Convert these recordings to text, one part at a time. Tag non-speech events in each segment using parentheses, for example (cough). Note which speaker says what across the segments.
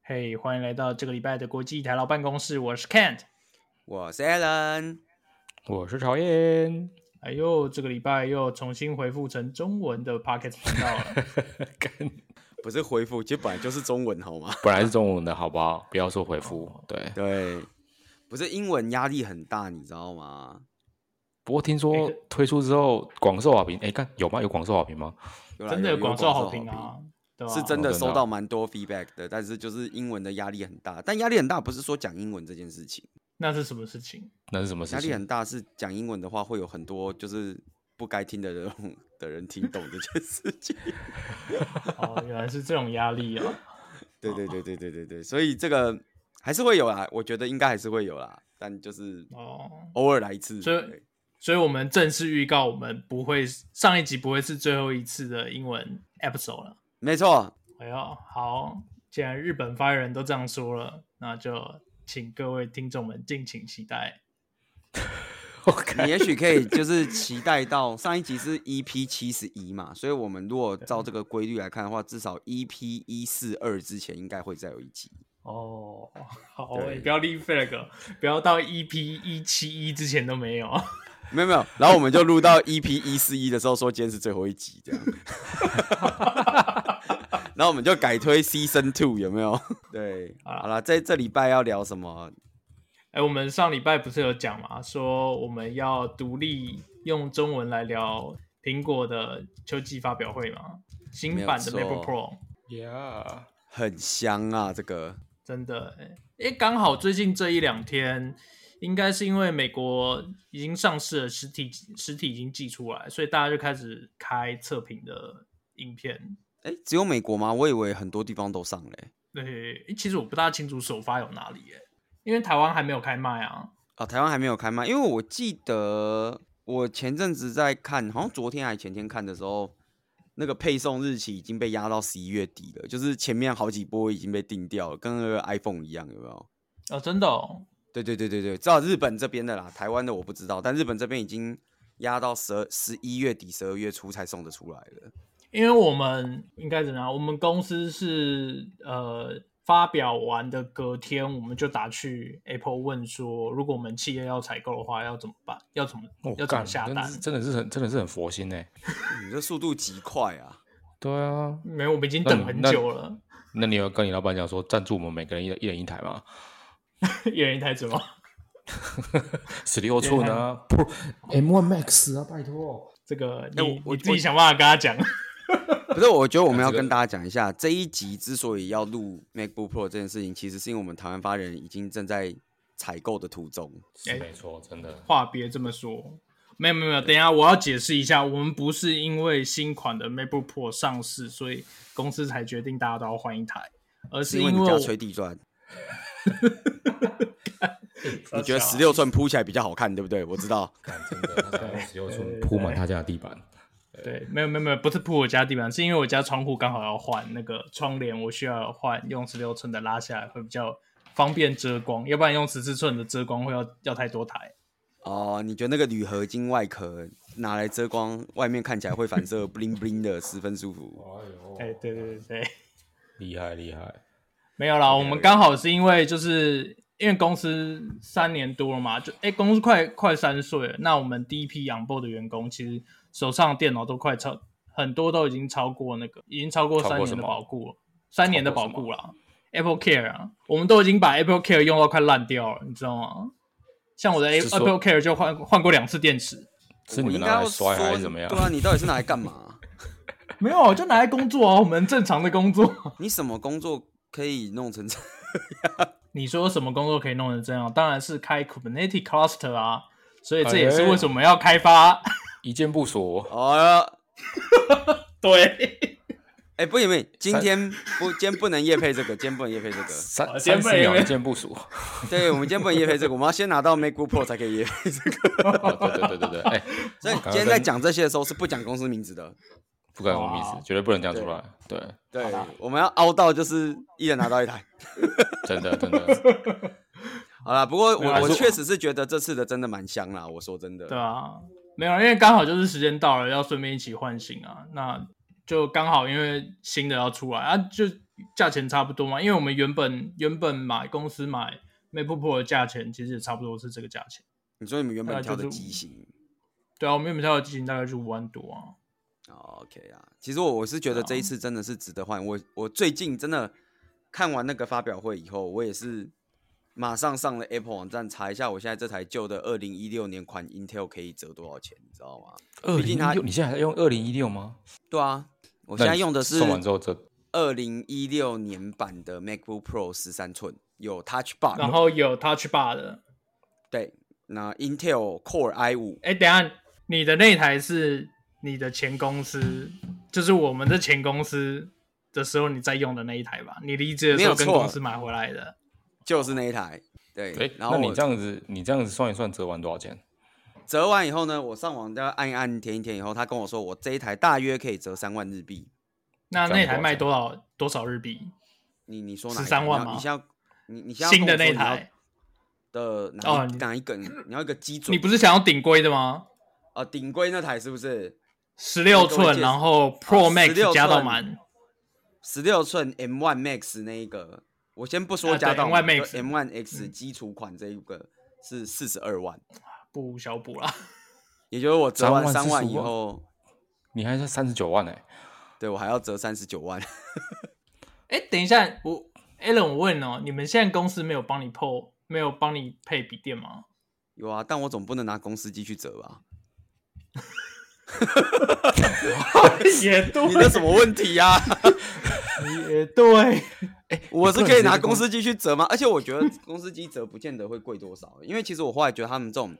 Speaker 1: 嘿欢迎来到这个礼拜的国际台劳办公室，我是 Kent。
Speaker 2: 我是 Alan，
Speaker 3: 我是曹燕，
Speaker 1: 哎呦，这个礼拜又重新回复成中文的 Pocket 频道了。
Speaker 3: 干，
Speaker 2: 不是回复，其实本来就是中文，好吗？
Speaker 3: (laughs) 本来是中文的好不好？不要说回
Speaker 1: 哦
Speaker 3: 复，对。
Speaker 2: (laughs) 对，不是英文压力很大，你知道吗？
Speaker 3: 不过听说
Speaker 1: 哎可
Speaker 3: 推出之后广受好评，哎，看有吗？有广受好评吗？
Speaker 2: 有啦
Speaker 1: 真的
Speaker 2: 啊有
Speaker 1: 有广受
Speaker 2: 好
Speaker 1: 好评啊，对吧？
Speaker 2: 是真的
Speaker 3: 哦真的
Speaker 2: 收
Speaker 3: 哦
Speaker 2: 到蛮多 feedback 的，但是就是英文的压力很大。但压力很大不是说讲英文这件事情，
Speaker 1: 那是什么事情？
Speaker 3: 那是什么事
Speaker 2: 压力
Speaker 3: 情？
Speaker 2: 很大是讲英文的话会有很多就是不该听的人 (laughs) 的人听懂这件事 (laughs) 情。
Speaker 1: 哦，原来是这种压力啊！
Speaker 2: 对对对对对对对，所以这个还是会有啦，我觉得应该还是会有啦，但就是
Speaker 1: 哦，
Speaker 2: 偶尔来一次。
Speaker 1: 所以
Speaker 2: 对
Speaker 1: 所以我们正式预告，我们不会上一集不会是最后一次的英文 episode 了。
Speaker 2: 没错，
Speaker 1: 哎呦，好，既然日本发言人都这样说了，那就请各位听众们敬请期待。
Speaker 3: 我看
Speaker 2: 你也许可以就是期待到上一集是 EP 七十一嘛，所以我们如果照这个规律来看的话，至少 EP 一四二之前应该会再有一集。
Speaker 1: 哦， (laughs) 好，
Speaker 2: 对
Speaker 1: 你不要立 flag，不要到 EP 一七一之前都没有。
Speaker 2: 没有没有，然后我们就录到 EP 一四一的时候说今天是最后一集这样，然后我们就改推 Season Two 有没有？ (laughs) 对，好了，在这礼拜要聊什么？
Speaker 1: 哎、我们上礼拜不是有讲嘛，说我们要独立用中文来聊苹果的秋季发表会嘛，新版的
Speaker 2: 没有
Speaker 1: MacBook
Speaker 2: 错
Speaker 1: Pro，
Speaker 3: ，Yeah，
Speaker 2: 很香啊，这个
Speaker 1: 真的，哎、哎刚好最近这一两天，应该是因为美国已经上市了实体实体已经寄出来，所以大家就开始开测评的影片。
Speaker 2: 哎、只有美国吗？我以为很多地方都上嘞、
Speaker 1: 对、哎其实我不大清楚首发有哪里、哎，因为台湾还没有开卖啊。
Speaker 2: 啊，台湾还没有开卖，因为我记得我前阵子在看，好像昨天还前天看的时候，那个配送日期已经被压到十一月底了，就是前面好几波已经被定掉了，跟那个 iPhone 一样，有没有？
Speaker 1: 哦，真的哦，
Speaker 2: 对对对对对，至少日本这边的啦，台湾的我不知道，但日本这边已经压到十二十一月底、十二月初才送得出来了。
Speaker 1: 因为我们应该怎么样？我们公司是呃发表完的隔天，我们就打去 Apple 问说，如果我们企业要采购的话，要怎么办？要怎么、
Speaker 3: 我
Speaker 1: 要怎
Speaker 3: 哦干，
Speaker 1: 么下
Speaker 3: 真
Speaker 1: 单
Speaker 3: 的是？真的是很真的是很佛心呢。
Speaker 2: 你嗯这速度极快啊！
Speaker 3: 对啊，
Speaker 1: 没有，我们已经
Speaker 3: 那
Speaker 1: 等
Speaker 3: 你
Speaker 1: 很
Speaker 3: 那
Speaker 1: 久了， (laughs)
Speaker 3: 那你有跟你老板讲说赞助我们每个人一人一人一台吗？
Speaker 1: 一人一台怎么？
Speaker 3: 十六寸啊，Pro M1 Max 啊，拜托。
Speaker 1: 这个你、
Speaker 2: 哎我我
Speaker 1: 你自己想办法跟他讲。
Speaker 2: 不是，我觉得我们要跟大家讲一下，这一集之所以要录 MacBook Pro 这件事情，其实是因为我们台湾发言人已经正在采购的途中。
Speaker 3: 是没错，真的。
Speaker 1: 话别这么说，没有没有没有，等一下我要解释一下，我们不是因为新款的 MacBook Pro 上市，所以公司才决定大家都要换一台，而是
Speaker 2: 是因为
Speaker 1: 为
Speaker 2: 你家
Speaker 1: 我
Speaker 2: 吹地砖，
Speaker 1: 我呃
Speaker 2: 你
Speaker 1: 啊
Speaker 2: 觉得十六寸铺起来比较好看，对不对？我知道，
Speaker 3: 干
Speaker 1: (laughs)
Speaker 3: 真的，他想用十六寸铺满他家的地板。
Speaker 1: 对，没有没有没有，不是铺我家地板，是因为我家窗户刚好要换那个窗帘，我需要换用十六寸的拉下来会比较方便遮光，要不然用十四寸的遮光会要要太多台。
Speaker 2: (laughs) 哦，你觉得那个铝合金外壳拿来遮光，外面看起来会反射 (laughs) bling bling 的，十分舒服。
Speaker 1: 哎、
Speaker 3: 哎呦，
Speaker 1: 对对对对，
Speaker 3: 厉害厉害。
Speaker 1: 没有啦，我们刚好是因为就是因为公司三年多了嘛，就哎、公司快快三岁了，那我们第一批养 n 的员工其实手上的电脑都快超很多都已经超过那个已经超过
Speaker 3: 超
Speaker 1: 三
Speaker 3: 过
Speaker 1: 年
Speaker 3: 什
Speaker 1: 的
Speaker 3: 么
Speaker 1: 保固了，三年的
Speaker 3: 超过
Speaker 1: 保
Speaker 3: 什么
Speaker 1: 固啦。Apple Care 啊，我们都已经把 Apple Care 用到快烂掉了，你知道吗？像我的 A-
Speaker 3: 是说
Speaker 1: Apple Care 就换换过两次电
Speaker 3: (laughs)
Speaker 1: 池，
Speaker 3: 是
Speaker 2: 我
Speaker 3: 你
Speaker 2: 应
Speaker 3: 们
Speaker 2: 该
Speaker 3: 拿
Speaker 2: 要
Speaker 3: 来摔还
Speaker 2: 说
Speaker 3: 是怎么样
Speaker 2: 对？啊，你到底是拿来干嘛？
Speaker 1: 没有啊，就拿来工作啊，我们正常的工作。
Speaker 2: 你什么工作可以弄成 (laughs) 这？。
Speaker 1: 你说什么工作可以弄成这样？当然是开 Kubernetes cluster 啊，所以这也是为什么要开发。
Speaker 3: 一件不锁
Speaker 2: 哦呀，
Speaker 1: 对，
Speaker 2: 哎、不行不行，今天不，今天不能夜配这个，今天不能夜配这个。
Speaker 3: 三
Speaker 1: 我先
Speaker 3: 三
Speaker 1: 被
Speaker 3: 十秒
Speaker 1: 你们
Speaker 3: 一件不锁。
Speaker 2: 对，我们今天不能夜配这个，我们要先拿到 MacBook Pro 才可以夜配这个。
Speaker 3: 哦对对对对对，哎、
Speaker 2: 所以
Speaker 3: 刚刚
Speaker 2: 今天在
Speaker 3: 跟
Speaker 2: 讲这些的时候是不讲公司名字的。
Speaker 3: 不管什么意思
Speaker 1: 哇，
Speaker 3: 绝对不能讲出来。对，
Speaker 2: 对，我们要凹到就是一人拿到一台。
Speaker 3: 真的
Speaker 2: (laughs)
Speaker 3: 真的，
Speaker 2: 好啦，不过
Speaker 1: 没有啦
Speaker 2: 我我
Speaker 1: 是
Speaker 2: 确实是觉得这次的真的蛮香啦，我说真的。
Speaker 1: (laughs) 对啊，没有，因为刚好就是时间到了，要顺便一起换新啊。那就刚好因为新的要出来啊，就价钱差不多嘛，因为我们原本原本买公司买 MacBook Pro 的价钱其实也差不多是这个价钱。
Speaker 2: 你说你们原
Speaker 1: 大
Speaker 2: 本
Speaker 1: 概
Speaker 2: 挑
Speaker 1: 就
Speaker 2: 的
Speaker 1: 是
Speaker 2: 机型、
Speaker 1: 对啊，我们原本挑的机型大概就五万多啊。
Speaker 2: 哦 o k 啊，其实我我是觉得这一次真的是值得换。我我最近真的看完那个发表会以后，我也是马上上了 Apple 网站查一下，我现在这台旧的二零一六年款 Intel 可以折多少钱，你知道吗？
Speaker 3: 二
Speaker 2: 毕竟
Speaker 3: 零
Speaker 2: 它
Speaker 3: 一六，你现在还在用二零一六吗？
Speaker 2: 对啊，我
Speaker 3: 我
Speaker 2: 现在用的是
Speaker 3: 送完之后这
Speaker 2: 二零一六年版的 MacBook Pro 十三寸，有 Touch Bar，
Speaker 1: 然后有 Touch Bar 的，
Speaker 2: 对，那 Intel Core i 五
Speaker 1: 哎，等一下你的那台是你的前公司，就是我们的前公司的时候你在用的那一台吧？你离职的时候跟
Speaker 2: 没有错
Speaker 1: 公司买回来的，
Speaker 2: 就是那一台，对，
Speaker 3: 哎，
Speaker 2: 然后
Speaker 3: 那
Speaker 2: 我
Speaker 3: 你这样子，你这样子算一算，折完多少钱？
Speaker 2: 折完以后呢，我上网再按一按填一填以后，他跟我说我这一台大约可以折三万日币。
Speaker 1: 那
Speaker 3: 这样
Speaker 1: 那台
Speaker 3: 多少
Speaker 1: 卖多
Speaker 3: 钱
Speaker 1: 少多少日币？
Speaker 2: 你你说哪一台
Speaker 1: 13万
Speaker 2: 你要
Speaker 1: 吗
Speaker 2: 你先要你你先要
Speaker 1: 新的
Speaker 2: 跟
Speaker 1: 那
Speaker 2: 我说你要
Speaker 1: 台，
Speaker 2: 的哪一、
Speaker 1: 哦你
Speaker 2: 哪一个？你要一个基准？
Speaker 1: 你不是想要顶规的吗？
Speaker 2: 啊顶规那台是不是？
Speaker 1: 十六
Speaker 2: 各位
Speaker 1: 寸，
Speaker 2: 介
Speaker 1: 然后 Pro
Speaker 2: 16
Speaker 1: Max 加到
Speaker 2: 哦寸
Speaker 1: 满，
Speaker 2: 十六寸 M One Max 那一个？我先不说
Speaker 1: 啊
Speaker 2: 加
Speaker 1: 对
Speaker 2: 到
Speaker 1: M1 Max 嗯
Speaker 2: M One X 基础款这一个是四十二万，
Speaker 1: 不小补啦。
Speaker 2: 也就是我折完
Speaker 3: 3万
Speaker 2: 三万以
Speaker 3: 45
Speaker 2: 后，
Speaker 3: 你还在三十九万哎、
Speaker 2: 对我还要折三十九万。
Speaker 1: 哎，等一下，我 Alan，我问哦，你们现在公司没有帮你破，没有帮你配笔电吗？ (laughs)
Speaker 2: 有啊，但我总不能拿公司机去折吧？ (laughs)
Speaker 1: 也对
Speaker 2: 你的什么问题啊呀、
Speaker 1: 也对，
Speaker 2: 我
Speaker 3: 你
Speaker 2: 是可以
Speaker 3: 不能直接
Speaker 2: 拿
Speaker 3: 跟
Speaker 2: 公司机去折吗？而且我觉得
Speaker 3: 嗯
Speaker 2: 公司机折不见得会贵多少，因为其实我后来觉得他们这种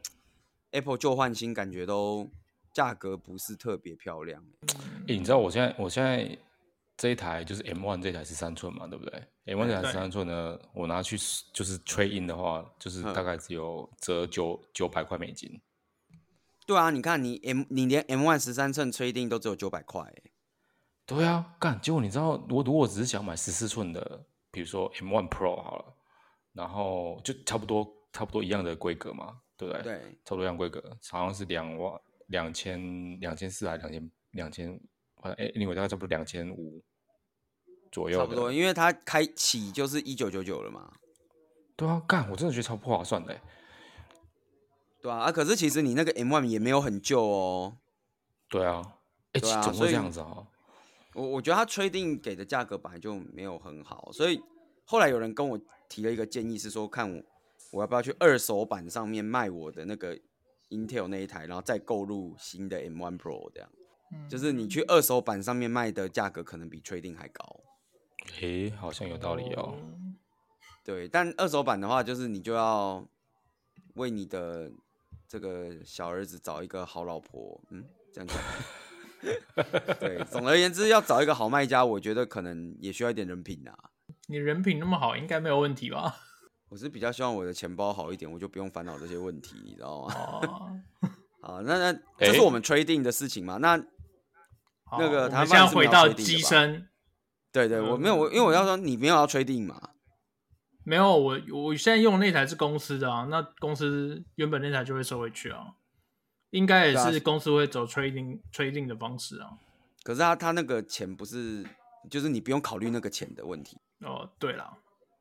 Speaker 2: Apple 旧换新，感觉都价格不是特别漂亮。
Speaker 3: 欸你知道我现在我现在这一台就是 M One 这一台十三寸嘛，对不对？M One 这台
Speaker 1: 对
Speaker 3: 十三寸呢，我拿去就是 trade in 的话，就是大
Speaker 2: 嗯
Speaker 3: 概只有折九九百块美金。
Speaker 2: 对啊，你看你 M 你连 M One 十三寸吹定都只有九百块欸、
Speaker 3: 对啊，干！结果你知道，我如果只是想买十四寸的，比如说 M One Pro 好了，然后就差不多差不多一样的规格嘛，对不对？
Speaker 2: 对
Speaker 3: 差不多一样规格，好像是两万两千两千四还两千两千，哎，欸另外大概差不多两千五左右，
Speaker 2: 差不多，。因为它开启就是一九九九了嘛。
Speaker 3: 对啊，干！我真的觉得超不划算的欸。
Speaker 2: 对啊，啊，可是其实你那个 M One 也没有很旧哦。
Speaker 3: 对啊，哎、
Speaker 2: 对啊
Speaker 3: 怎么
Speaker 2: 所
Speaker 3: 会
Speaker 2: 以
Speaker 3: 这样子啊？
Speaker 2: 我我觉得它 trading 给的价格本来就没有很好，所以后来有人跟我提了一个建议，是说看我我要不要去二手版上面卖我的那个 Intel 那一台，然后再购入新的 M1 Pro 这样。 (laughs) 就是你去二手版上面卖的价格可能比 trading 还高，
Speaker 3: 诶、哎好像有道理哦。
Speaker 2: 对。但二手版的话，就是你就要为你的这个小儿子找一个好老婆，嗯，这样讲。 (laughs) 对，总而言之，要找一个好卖家，我觉得可能也需要一点人品啊。
Speaker 1: 你人品那么好，应该没有问题吧？
Speaker 2: 我是比较希望我的钱包好一点，我就不用烦恼这些问题，你知道吗？ (laughs)
Speaker 1: 哦，
Speaker 2: 好，那那
Speaker 3: 诶
Speaker 2: 这是我们 trading 的事情嘛？那
Speaker 1: (laughs) 好
Speaker 2: 那个
Speaker 1: 我
Speaker 2: 他
Speaker 1: 们
Speaker 2: 慢
Speaker 1: 现在
Speaker 2: 是
Speaker 1: 回
Speaker 2: 秒
Speaker 1: 到
Speaker 2: 确定的
Speaker 1: 机
Speaker 2: 吧
Speaker 1: 身，
Speaker 2: 对对，我没有，我因为我要说你没有要 trading 嘛，
Speaker 1: 没有我我现在用的那台是公司的啊，那公司原本那台就会收回去啊，应该也
Speaker 2: 对啊
Speaker 1: 是公司会走 trading trading 的方式啊。
Speaker 2: 可是他他那个钱不是，就是你不用考虑那个钱的问题，
Speaker 1: 哦，对了。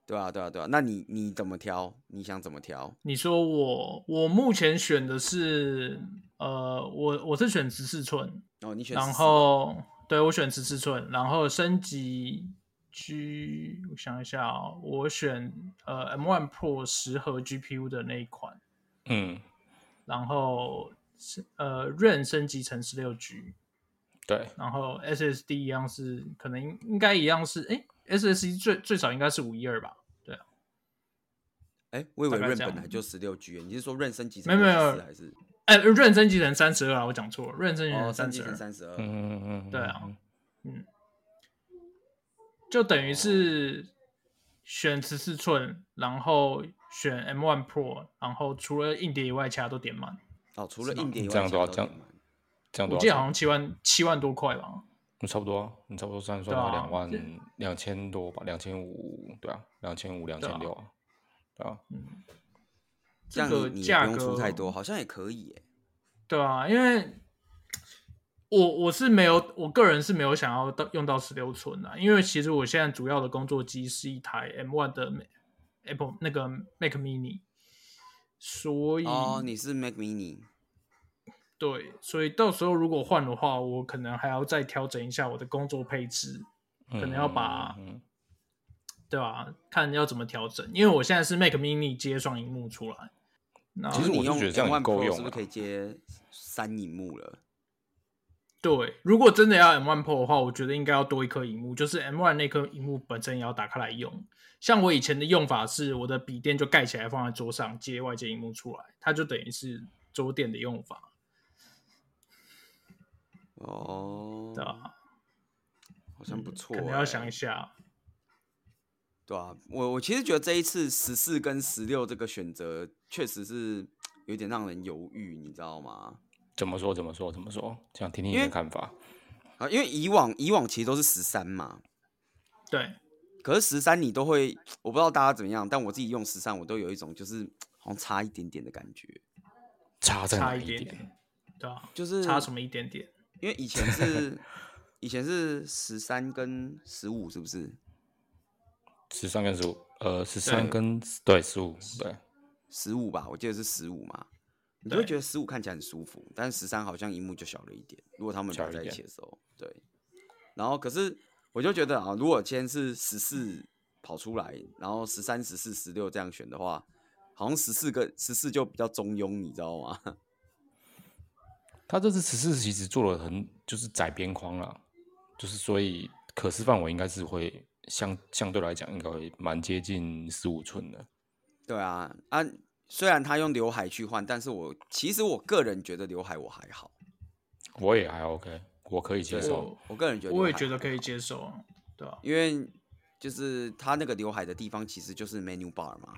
Speaker 2: 对啊，对啊，对啊。那你你怎么挑？你想怎么挑？
Speaker 1: 你说我我目前选的是呃，我我是选十四寸，
Speaker 2: 哦，你选14，
Speaker 1: 然后对我选十四寸，然后升级 G，我想一下哦，我选呃 M1 Pro 十核 GPU 的那一款，
Speaker 3: 嗯，
Speaker 1: 然后是呃 RAM 升级成十六 G，
Speaker 3: 对，
Speaker 1: 然后 SSD 一样是可能应应该一样是诶 SSD 最最少应该是五一二吧。
Speaker 2: 哎，我以为
Speaker 1: 大概
Speaker 2: r
Speaker 1: 这样
Speaker 2: 本来就十六 G，你是欸说 r 升级
Speaker 1: 没有没有
Speaker 2: 64还是
Speaker 1: 哎，RAM 升级成三十二啊，我讲错了，RAM 升级
Speaker 2: 哦
Speaker 1: 成
Speaker 2: 升
Speaker 1: 三
Speaker 2: 级
Speaker 1: 十二
Speaker 2: 成，三十二？
Speaker 3: 嗯嗯嗯，
Speaker 1: 对啊
Speaker 3: 嗯，
Speaker 1: 就等于是选十四寸，然后选 M1 Pro，然后除了硬碟以外，其他都点满。
Speaker 2: 哦，除了
Speaker 1: 是吗
Speaker 2: 硬碟以外，
Speaker 3: 这样多少
Speaker 2: 其他都
Speaker 3: 这样
Speaker 2: 有买
Speaker 3: 这样
Speaker 1: 我
Speaker 3: 多
Speaker 1: 记得
Speaker 3: 少
Speaker 1: 好像
Speaker 3: 钱？
Speaker 1: 七万七万多块吧。
Speaker 3: 嗯差不多啊，你差不多算一
Speaker 1: 对
Speaker 3: 算到
Speaker 1: 啊
Speaker 3: 两万
Speaker 1: 这
Speaker 3: 两千多吧，两千五，对啊，两千五两
Speaker 1: 对啊
Speaker 3: 千六啊，对啊，
Speaker 2: 这
Speaker 1: 这个
Speaker 2: 样你你也欸
Speaker 1: 价
Speaker 2: 不用出
Speaker 1: 格
Speaker 2: 太多，好像也可以耶。
Speaker 1: 对啊，因为我我是没有，我个人是没有想要到用到十六寸的，啊因为其实我现在主要的工作机是一台 M1 的 Ma- Apple 那个 Mac Mini，所以、
Speaker 2: 哦，你是 Mac Mini，
Speaker 1: 对，所以到时候如果换的话，我可能还要再调整一下我的工作配置，可能要把
Speaker 3: 嗯嗯嗯
Speaker 1: 对吧、看要怎么调整，因为我现在是 Mac Mini 接双荧幕出来，那
Speaker 3: 其实
Speaker 2: 你
Speaker 3: 我是
Speaker 2: 用
Speaker 3: 觉得这样
Speaker 2: M1
Speaker 3: 也够
Speaker 2: Pro
Speaker 3: 用
Speaker 2: 是不
Speaker 3: 了
Speaker 2: 是可以接三荧幕了？
Speaker 1: 对，如果真的要 M1 Pro 的话，我觉得应该要多一颗荧幕，就是 M1 那颗荧幕本身也要打开来用。像我以前的用法是，我的笔电就盖起来放在桌上，接外接荧幕出来，它就等于是桌垫的用法，
Speaker 2: 哦，
Speaker 1: 对吧？
Speaker 2: 好像不错、
Speaker 1: 可
Speaker 2: 欸，
Speaker 1: 能要想一下。
Speaker 2: 对啊，我我其实觉得这一次十四跟十六这个选择确实是有点让人犹豫，你知道吗？
Speaker 3: 怎么说怎么说怎么说，想听听你
Speaker 2: 因为
Speaker 3: 的看法。
Speaker 2: 啊，因为以往以往其实都是十三嘛，
Speaker 1: 对，
Speaker 2: 可是十三你都会，我不知道大家怎么样，但我自己用十三，我都有一种就是好像差一点点的感觉，
Speaker 3: 差在
Speaker 1: 差
Speaker 3: 哪
Speaker 1: 一点
Speaker 3: 点？
Speaker 1: 点，对吧？
Speaker 2: 就是
Speaker 1: 差什么一点点？
Speaker 2: 因为以前是 (laughs) 以前是十三跟十五，是不是？
Speaker 3: 十三跟十五，呃，十
Speaker 1: 对
Speaker 3: 三跟对十五，对，
Speaker 2: 十五吧，我记得是十五嘛。你就会
Speaker 1: 对
Speaker 2: 觉得十五看起来很舒服，但是十三好像荧幕就小了一点。如果他们
Speaker 3: 小
Speaker 2: 摆
Speaker 3: 一
Speaker 2: 在一
Speaker 3: 点
Speaker 2: 起的时候，对。然后可是我就觉得啊，如果今天是十四跑出来，然后十三、十四、十六这样选的话，好像十四跟十四就比较中庸，你知道吗？ (laughs)
Speaker 3: 他这次十四其实做了很就是窄边框了，就是所以可视范围应该是会相相对来讲应该会蛮接近十五寸的。
Speaker 2: 对啊，啊，虽然他用刘海去换，但是我其实我个人觉得刘海我还好，
Speaker 3: 我也还 OK，我可以接受。
Speaker 1: 我
Speaker 2: 我个人觉得
Speaker 1: 我也
Speaker 2: 刘海
Speaker 1: 觉得
Speaker 2: 还
Speaker 1: 可以
Speaker 2: 好，
Speaker 1: 接受啊，对吧？
Speaker 2: 因为就是他那个刘海的地方其实就是 menu bar 嘛，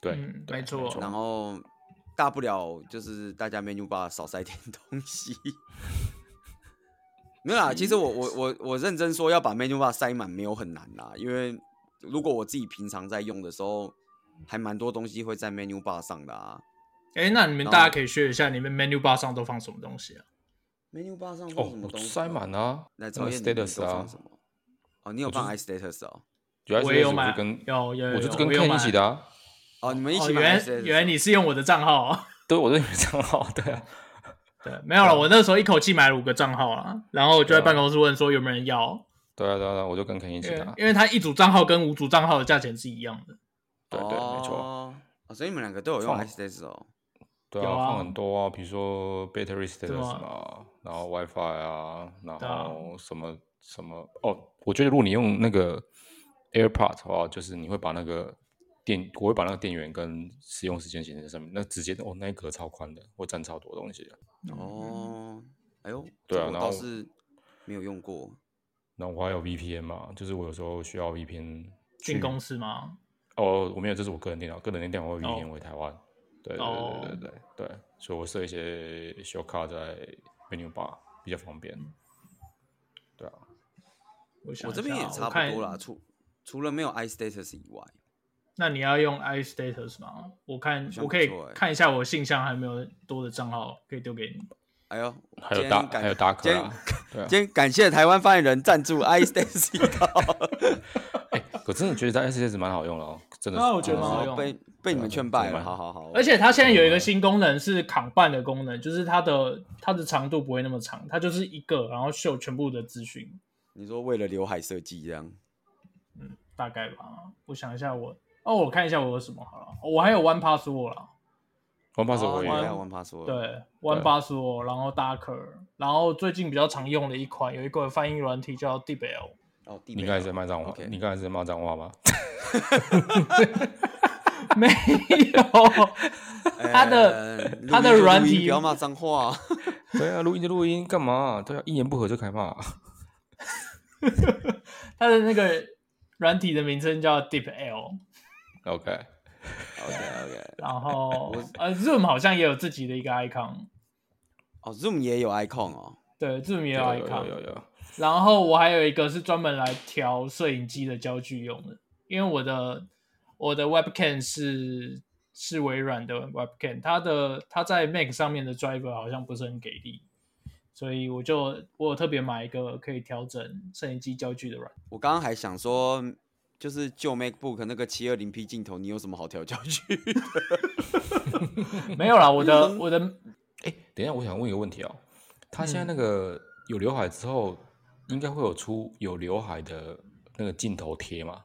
Speaker 3: 对，
Speaker 1: 嗯
Speaker 3: 对
Speaker 1: 没错
Speaker 2: 然后大不了就是大家 menu bar 少塞点东西。没有啦，其实我我我我认真说要把 menu bar 塞满没有很难啦，因为如果我自己平常在用的时候，还蛮多东西会在 menu bar 上的啊。
Speaker 1: 哎，那你们大家可以学一下，你们 menu bar 上都放什么东西啊？
Speaker 2: menu bar 上放
Speaker 3: 哦
Speaker 2: 什么，
Speaker 3: 我
Speaker 2: 东西？
Speaker 3: 塞满。啊，
Speaker 2: 来，
Speaker 3: 那
Speaker 2: 曹
Speaker 3: 个
Speaker 2: 燕，你都
Speaker 3: status
Speaker 2: 放
Speaker 3: 啊
Speaker 2: 什，么？哦，你有放 i status 哦。
Speaker 3: 原来
Speaker 1: 我也有
Speaker 3: status
Speaker 1: 买
Speaker 3: 就跟
Speaker 1: 有有有
Speaker 3: 我就是
Speaker 1: 有
Speaker 3: 跟
Speaker 1: 我有
Speaker 3: Ken
Speaker 1: 买
Speaker 3: 一起的啊。
Speaker 2: 哦，你们一
Speaker 1: 哦，
Speaker 2: 起
Speaker 1: 原
Speaker 2: 买 i
Speaker 1: 来
Speaker 2: status 哦。
Speaker 1: 原来你是用我的账号啊。
Speaker 3: 对，我都有账号，对啊，
Speaker 1: 对， (laughs) 没有了。我那时候一口气买了五个账号啦，然后我就在办公室问说有没有人要，
Speaker 3: 对啊，对啊，对啊我就跟 Ken 一起
Speaker 1: 因为
Speaker 3: 的啊，
Speaker 1: 因为他一组账号跟五组账号的价钱是一样的。
Speaker 3: 对对，没错，
Speaker 2: 哦，所以你们两个都有用
Speaker 3: 放
Speaker 2: i status 哦。
Speaker 3: 对
Speaker 1: 有
Speaker 3: 啊，
Speaker 1: 啊
Speaker 3: 放很多啊，比如说 battery
Speaker 1: 对
Speaker 3: status
Speaker 1: 啊
Speaker 3: 啊，然后 WiFi 啊，然
Speaker 1: 对啊
Speaker 3: 后什么什么哦，我觉得如果你用那个 AirPod 的话，就是你会把那个电，我会把那个电源跟使用时间显示在上面，那直接哦，那一格超宽的，会占超多东西的。
Speaker 2: 哦，哎呦，
Speaker 3: 嗯对
Speaker 2: 这个
Speaker 3: 啊
Speaker 2: 我
Speaker 3: 然
Speaker 2: 倒
Speaker 3: 后
Speaker 2: 是没有用过。
Speaker 3: 然后我还有 VPN 嘛，就是我有时候需要 VPN
Speaker 1: 进公司吗？
Speaker 3: 哦，我没有，这是我个人电脑，个人电脑我会
Speaker 1: 哦
Speaker 3: VPN 回台湾。对对
Speaker 1: 哦
Speaker 3: 对对对对，所以我设一些小卡在 menu bar 比较方便。对啊，
Speaker 1: 我想
Speaker 2: 我
Speaker 1: 一下
Speaker 2: 这边也差
Speaker 1: 我
Speaker 2: 不
Speaker 1: 看
Speaker 2: 多啦，除除了没有 i status 以外，
Speaker 1: 那你要用 i status 吗？我看
Speaker 2: 像
Speaker 1: 我可以
Speaker 2: 不错欸
Speaker 1: 看一下我信箱还有没有多的账号可以丢给你。
Speaker 2: 哎呦，
Speaker 3: 还
Speaker 2: 今
Speaker 3: 有
Speaker 2: 天
Speaker 3: 大
Speaker 2: 感
Speaker 3: 还有大
Speaker 2: 今
Speaker 3: 可
Speaker 2: 天
Speaker 3: 啦。 (laughs) 对啊，
Speaker 2: 今天感谢台湾发言人赞助 i status 一套，
Speaker 3: 我真的觉得在 S S 蛮好用的哦，真的是。
Speaker 1: 啊我觉得
Speaker 3: 真的
Speaker 1: 蛮
Speaker 3: 是
Speaker 1: 好用
Speaker 2: 被被你们劝败了，
Speaker 3: 对
Speaker 2: 好好好，
Speaker 1: 而且它现在有一个新功能是扛办的功能，就是它的它的长度不会那么长，它就是一个，然后秀全部的资讯，
Speaker 2: 你说为了刘海设计这样，
Speaker 1: 大概吧。我想一下我，哦，我看一下我有什么好了，我还有 One Pass 我了。
Speaker 3: OnePass 我
Speaker 2: 你
Speaker 3: 也
Speaker 2: 还
Speaker 1: 玩
Speaker 2: 有 One
Speaker 3: 哦
Speaker 2: Password，
Speaker 1: 对，One Password，然后 Darker，然后最近比较常用的一款有一个翻译软体叫 DBL，
Speaker 2: 哦，地
Speaker 3: 你
Speaker 2: 雷
Speaker 3: 刚才
Speaker 2: 哦
Speaker 3: 是在骂脏话
Speaker 2: OK，
Speaker 3: 你刚才是在骂脏话吗？ (laughs)
Speaker 1: 没有，它的
Speaker 2: 呃录
Speaker 1: 它的
Speaker 2: 音就
Speaker 1: 软
Speaker 2: 录音
Speaker 1: 体
Speaker 2: 不要骂脏话，
Speaker 3: 对啊，录音就录音，干嘛？对啊，一言不合就开骂。 (laughs)
Speaker 1: 它的那个软体的名称叫 DeepL，
Speaker 3: OK，
Speaker 2: OK OK，
Speaker 1: 然后呃 Zoom 好像也有自己的一个 icon，
Speaker 2: 哦，Zoom 也有 icon 哦，
Speaker 1: 对，Zoom 也有啊
Speaker 3: 有有
Speaker 1: icon，
Speaker 3: 有有有，
Speaker 1: 然后我还有一个是专门来调摄影机的焦距用的，因为我的我的 Webcam 是是微软的 Webcam，它的它在 Mac 上面的 driver 好像不是很给力，所以我就我有特别买一个可以调整摄影机焦距的软件。
Speaker 2: 我刚刚还想说，就是旧 MacBook 那个七二零 P 镜头，你有什么好调教具？
Speaker 1: 没有啦，我
Speaker 2: 嗯
Speaker 1: 的我的
Speaker 3: 等一下，我想问一个问题哦，他现在那个有刘海之后，应该会有出有刘海的那个镜头贴嘛？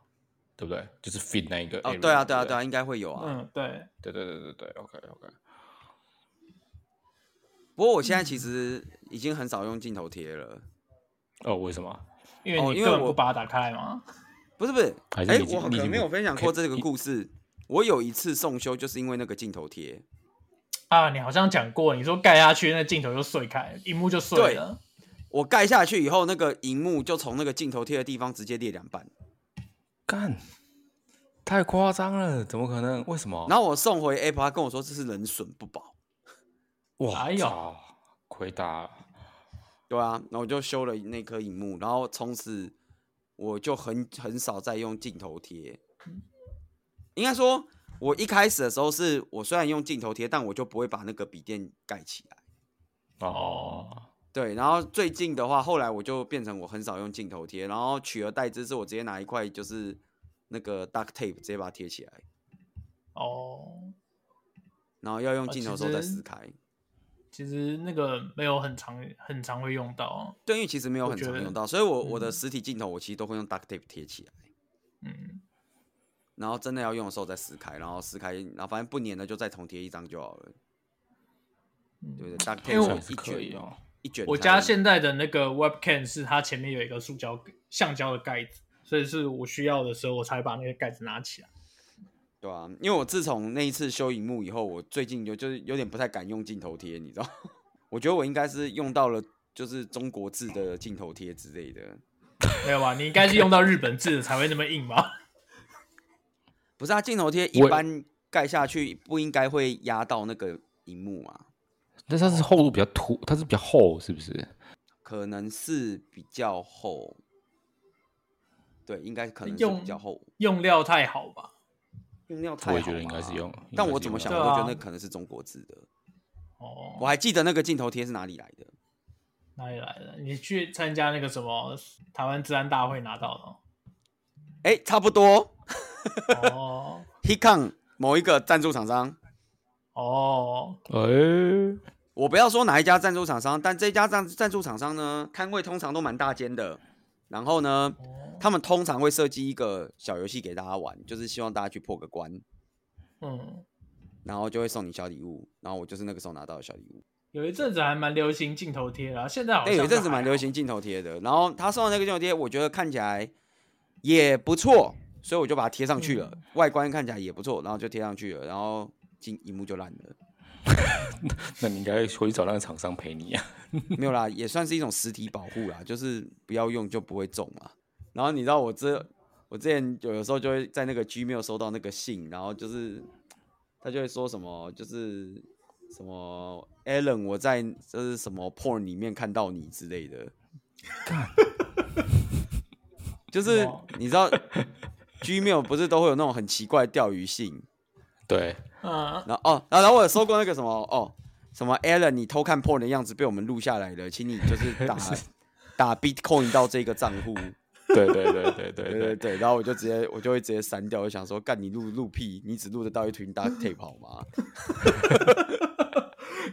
Speaker 3: 对不对？就是 fit 那一个
Speaker 2: 哦，
Speaker 3: area，
Speaker 2: 对啊，对啊，
Speaker 3: 不
Speaker 2: 对啊，应该会有啊。
Speaker 1: 嗯对，
Speaker 3: 对对对对对，OK OK。
Speaker 2: 不过我现在其实已经很少用镜头贴了。
Speaker 3: 哦，为什么？
Speaker 1: 因为
Speaker 2: 哦
Speaker 1: 你
Speaker 2: 因为
Speaker 1: 根本
Speaker 2: 我
Speaker 1: 不把它打开嘛。
Speaker 2: 不是不是，
Speaker 3: 还
Speaker 2: 哎、
Speaker 3: 是你已经
Speaker 2: 我好
Speaker 3: 你已
Speaker 2: 像
Speaker 3: 经
Speaker 2: 没有分享过
Speaker 3: 可以
Speaker 2: 这个故事。我有一次送修，就是因为那个镜头贴。
Speaker 1: 啊，你好像讲过，你说盖下去那镜头就碎开，荧幕就碎
Speaker 2: 对
Speaker 1: 了。
Speaker 2: 我盖下去以后，那个荧幕就从那个镜头贴的地方直接裂两半。
Speaker 3: 干，太夸张了，怎么可能？为什么？
Speaker 2: 然后我送回 Apple，他跟我说这是人损不保。
Speaker 3: 哇，
Speaker 1: 哎呦
Speaker 3: 操，亏大了。
Speaker 2: 对啊，然后我就修了那颗荧幕，然后从此我就很很少再用镜头贴。应该说，我一开始的时候是我虽然用镜头贴，但我就不会把那个笔电盖起来。
Speaker 3: 哦，
Speaker 2: 对，然后最近的话，后来我就变成我很少用镜头贴，然后取而代之是我直接拿一块就是那个 duct tape 直接把它贴起来，
Speaker 1: 哦，
Speaker 2: 然后要用
Speaker 1: 啊
Speaker 2: 镜
Speaker 1: 其
Speaker 2: 头的时候再
Speaker 1: 实
Speaker 2: 撕开。
Speaker 1: 其实那个没有很常很常会用到。
Speaker 2: 对，因为其实没有
Speaker 1: 我
Speaker 2: 很
Speaker 1: 觉
Speaker 2: 常
Speaker 1: 得
Speaker 2: 用到，所以我我的
Speaker 1: 嗯
Speaker 2: 实体镜头我其实都会用 duct tape 贴起来。
Speaker 1: 嗯，
Speaker 2: 然后真的要用的时候再撕开，然后撕开，然后反正不粘的就再重贴一张就好了，
Speaker 1: 嗯
Speaker 2: 对不对？大概
Speaker 1: 因为哎我
Speaker 3: 算是
Speaker 2: 一
Speaker 3: 可以
Speaker 2: 卷
Speaker 3: 哦，。
Speaker 2: 一卷才。
Speaker 1: 我家现在的那个 Webcam 是它前面有一个塑胶橡胶的盖子，所以是我需要的时候我才把那个盖子拿起来。
Speaker 2: 对啊，因为我自从那一次修荧幕以后，我最近有就是有点不太敢用镜头贴，你知道？ (laughs) 我觉得我应该是用到了就是中国制的镜头贴之类的。
Speaker 1: 没有吧？你应该是用到日本制的才会那么硬吧？ (laughs)
Speaker 2: 不是啊，镜头贴一
Speaker 3: 我
Speaker 2: 般盖下去不应该会压到那个荧幕啊嘛？
Speaker 3: 但是它是厚度比较凸，它是比较厚，是不是？
Speaker 2: 可能是比较厚，对，应该可能是
Speaker 1: 用
Speaker 2: 比较厚，
Speaker 1: 用料太好吧？
Speaker 2: 用料
Speaker 3: 我
Speaker 2: 太
Speaker 3: 也
Speaker 2: 好
Speaker 3: 觉得应该是
Speaker 2: 嘛
Speaker 3: 用。应该
Speaker 2: 但我
Speaker 3: 是用
Speaker 2: 怎么
Speaker 3: 的
Speaker 2: 想，
Speaker 1: 对
Speaker 2: 我都觉得
Speaker 1: 啊
Speaker 2: 那可能是中国制的。我
Speaker 1: 哦，
Speaker 2: 还记得那个镜头贴是哪里来的，
Speaker 1: 哪里来的？你去参加那个什么台湾治安大会拿到的哦？
Speaker 2: 哎、差不多
Speaker 1: 哦
Speaker 2: Hikon 某一个赞助厂商，
Speaker 1: 哦，
Speaker 3: 哎，
Speaker 2: 我不要说哪一家赞助厂商，但这家赞赞助厂商呢，摊位通常都蛮大间的，然后呢，他们通常会设计一个小游戏给大家玩，就是希望大家去破个关，
Speaker 1: 嗯，
Speaker 2: 然后就会送你小礼物，然后我就是那个时候拿到的小礼物。哎
Speaker 1: 有一阵子还蛮流行镜头贴的、啊，现在好像
Speaker 2: 对，有一阵子
Speaker 1: 还好
Speaker 2: 蛮流。行镜头贴的，然后他送的那个镜头贴，我觉得看起来也不错，所以我就把它贴上去了，
Speaker 1: 嗯
Speaker 2: 外观看起来也不错，然后就贴上去了，然后进荧幕就烂了。
Speaker 3: 那你应该回去找那个厂商赔你啊。
Speaker 2: 没有啦，也算是一种实体保护啦，就是不要用就不会中嘛。然后你知道我之我之前有的时候就会在那个 Gmail 收到那个信，然后就是他就会说什么，就是什么 Alan 我在这是什么 porn 里面看到你之类的，就是
Speaker 1: 哇
Speaker 2: 你知道 Gmail 不是都会有那种很奇怪的钓鱼信，
Speaker 3: (laughs) 对，
Speaker 1: 嗯，
Speaker 2: 然后哦，然后然后我有收过那个什么哦，什么 Alan，你偷看 porn 的样子被我们录下来了，请你就是打打 Bitcoin 到这个账户。
Speaker 3: 对对对对对
Speaker 2: 对对
Speaker 3: 对，
Speaker 2: 对，然后我就直接我就会直接删掉，我就想说干你录录屁，你只录得到一群 duct tape 好吗？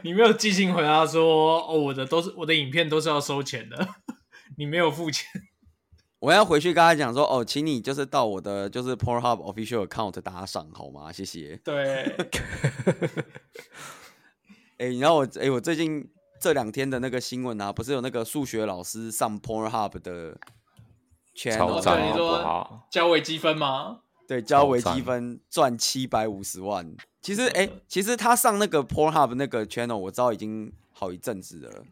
Speaker 1: 你没有寄信回答说，哦，我的都是我的影片都是要收钱的， (laughs) 你没有付钱。 (laughs)
Speaker 2: 我要回去跟他讲说哦，请你就是到我的就是 Pornhub official account 打赏好吗？谢谢。
Speaker 1: 对，
Speaker 2: 哎，你知道我哎，我最近这两天的那个新闻啊，不是有那个数学老师上 Pornhub 的
Speaker 3: 超
Speaker 2: channel
Speaker 1: 赞哦对
Speaker 3: 赞好
Speaker 1: 你
Speaker 3: 不
Speaker 1: 说
Speaker 3: 好？
Speaker 1: 交微积分吗？
Speaker 2: 对，交
Speaker 3: 超
Speaker 2: 微积
Speaker 3: 赞
Speaker 2: 分赚七百五十万。其实，哎、其实他上那个 Pornhub 那个 channel，我知道已经好一阵子了。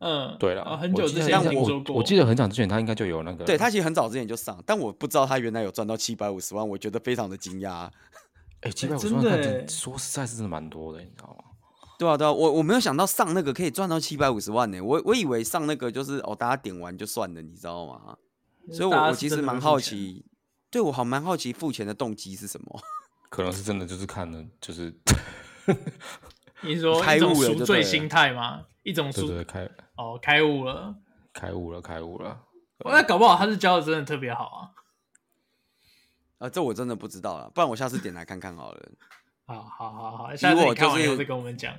Speaker 1: 嗯，
Speaker 3: 对
Speaker 1: 啊
Speaker 3: 了，
Speaker 1: 很久
Speaker 3: 我
Speaker 1: 之
Speaker 3: 记
Speaker 1: 前
Speaker 3: 得
Speaker 2: 但
Speaker 1: 听
Speaker 3: 我
Speaker 1: 说过，
Speaker 3: 我记得很早之前他应该就有那个，
Speaker 2: 对他其实很早之前就上，但我不知道他原来有赚到七百五十万，我觉得非常的惊讶。啊
Speaker 3: 哎，七
Speaker 1: 哎
Speaker 3: 百五十
Speaker 1: 真
Speaker 3: 万
Speaker 1: 的
Speaker 3: 看
Speaker 1: 哎
Speaker 3: 真，说实在是真的蛮多的，你知道吗？
Speaker 2: 对啊，对啊，我我没有想到上那个可以赚到七百五十万呢、我我以为上那个就是哦，大家点完就算了，你知道吗？所以我，
Speaker 1: 大
Speaker 2: 我
Speaker 1: 家
Speaker 2: 其
Speaker 1: 是
Speaker 2: 实
Speaker 1: 真的
Speaker 2: 蛮
Speaker 1: 会付
Speaker 2: 好
Speaker 1: 钱，
Speaker 2: 奇，对我好蛮好奇付钱的动机是什么。 (laughs)
Speaker 3: 可能是真的就是看了 (laughs) 就是
Speaker 1: 你说
Speaker 2: 开
Speaker 1: 一种
Speaker 2: 悟了
Speaker 1: 赎
Speaker 2: 就
Speaker 1: 罪
Speaker 2: 对了
Speaker 1: 心态吗？一种
Speaker 3: 对
Speaker 1: 赎
Speaker 3: 对开
Speaker 1: 哦，开悟了。
Speaker 3: 开悟了，开悟了。
Speaker 1: 那搞不好他是教的真的特别好啊。
Speaker 2: 啊，这我真的不知道了，不然我下次点来看看好了。
Speaker 1: 好好好好，
Speaker 2: 以
Speaker 1: 下次
Speaker 2: 我
Speaker 1: 你看
Speaker 2: 就
Speaker 1: 完以后
Speaker 2: 是
Speaker 1: 再跟我们讲。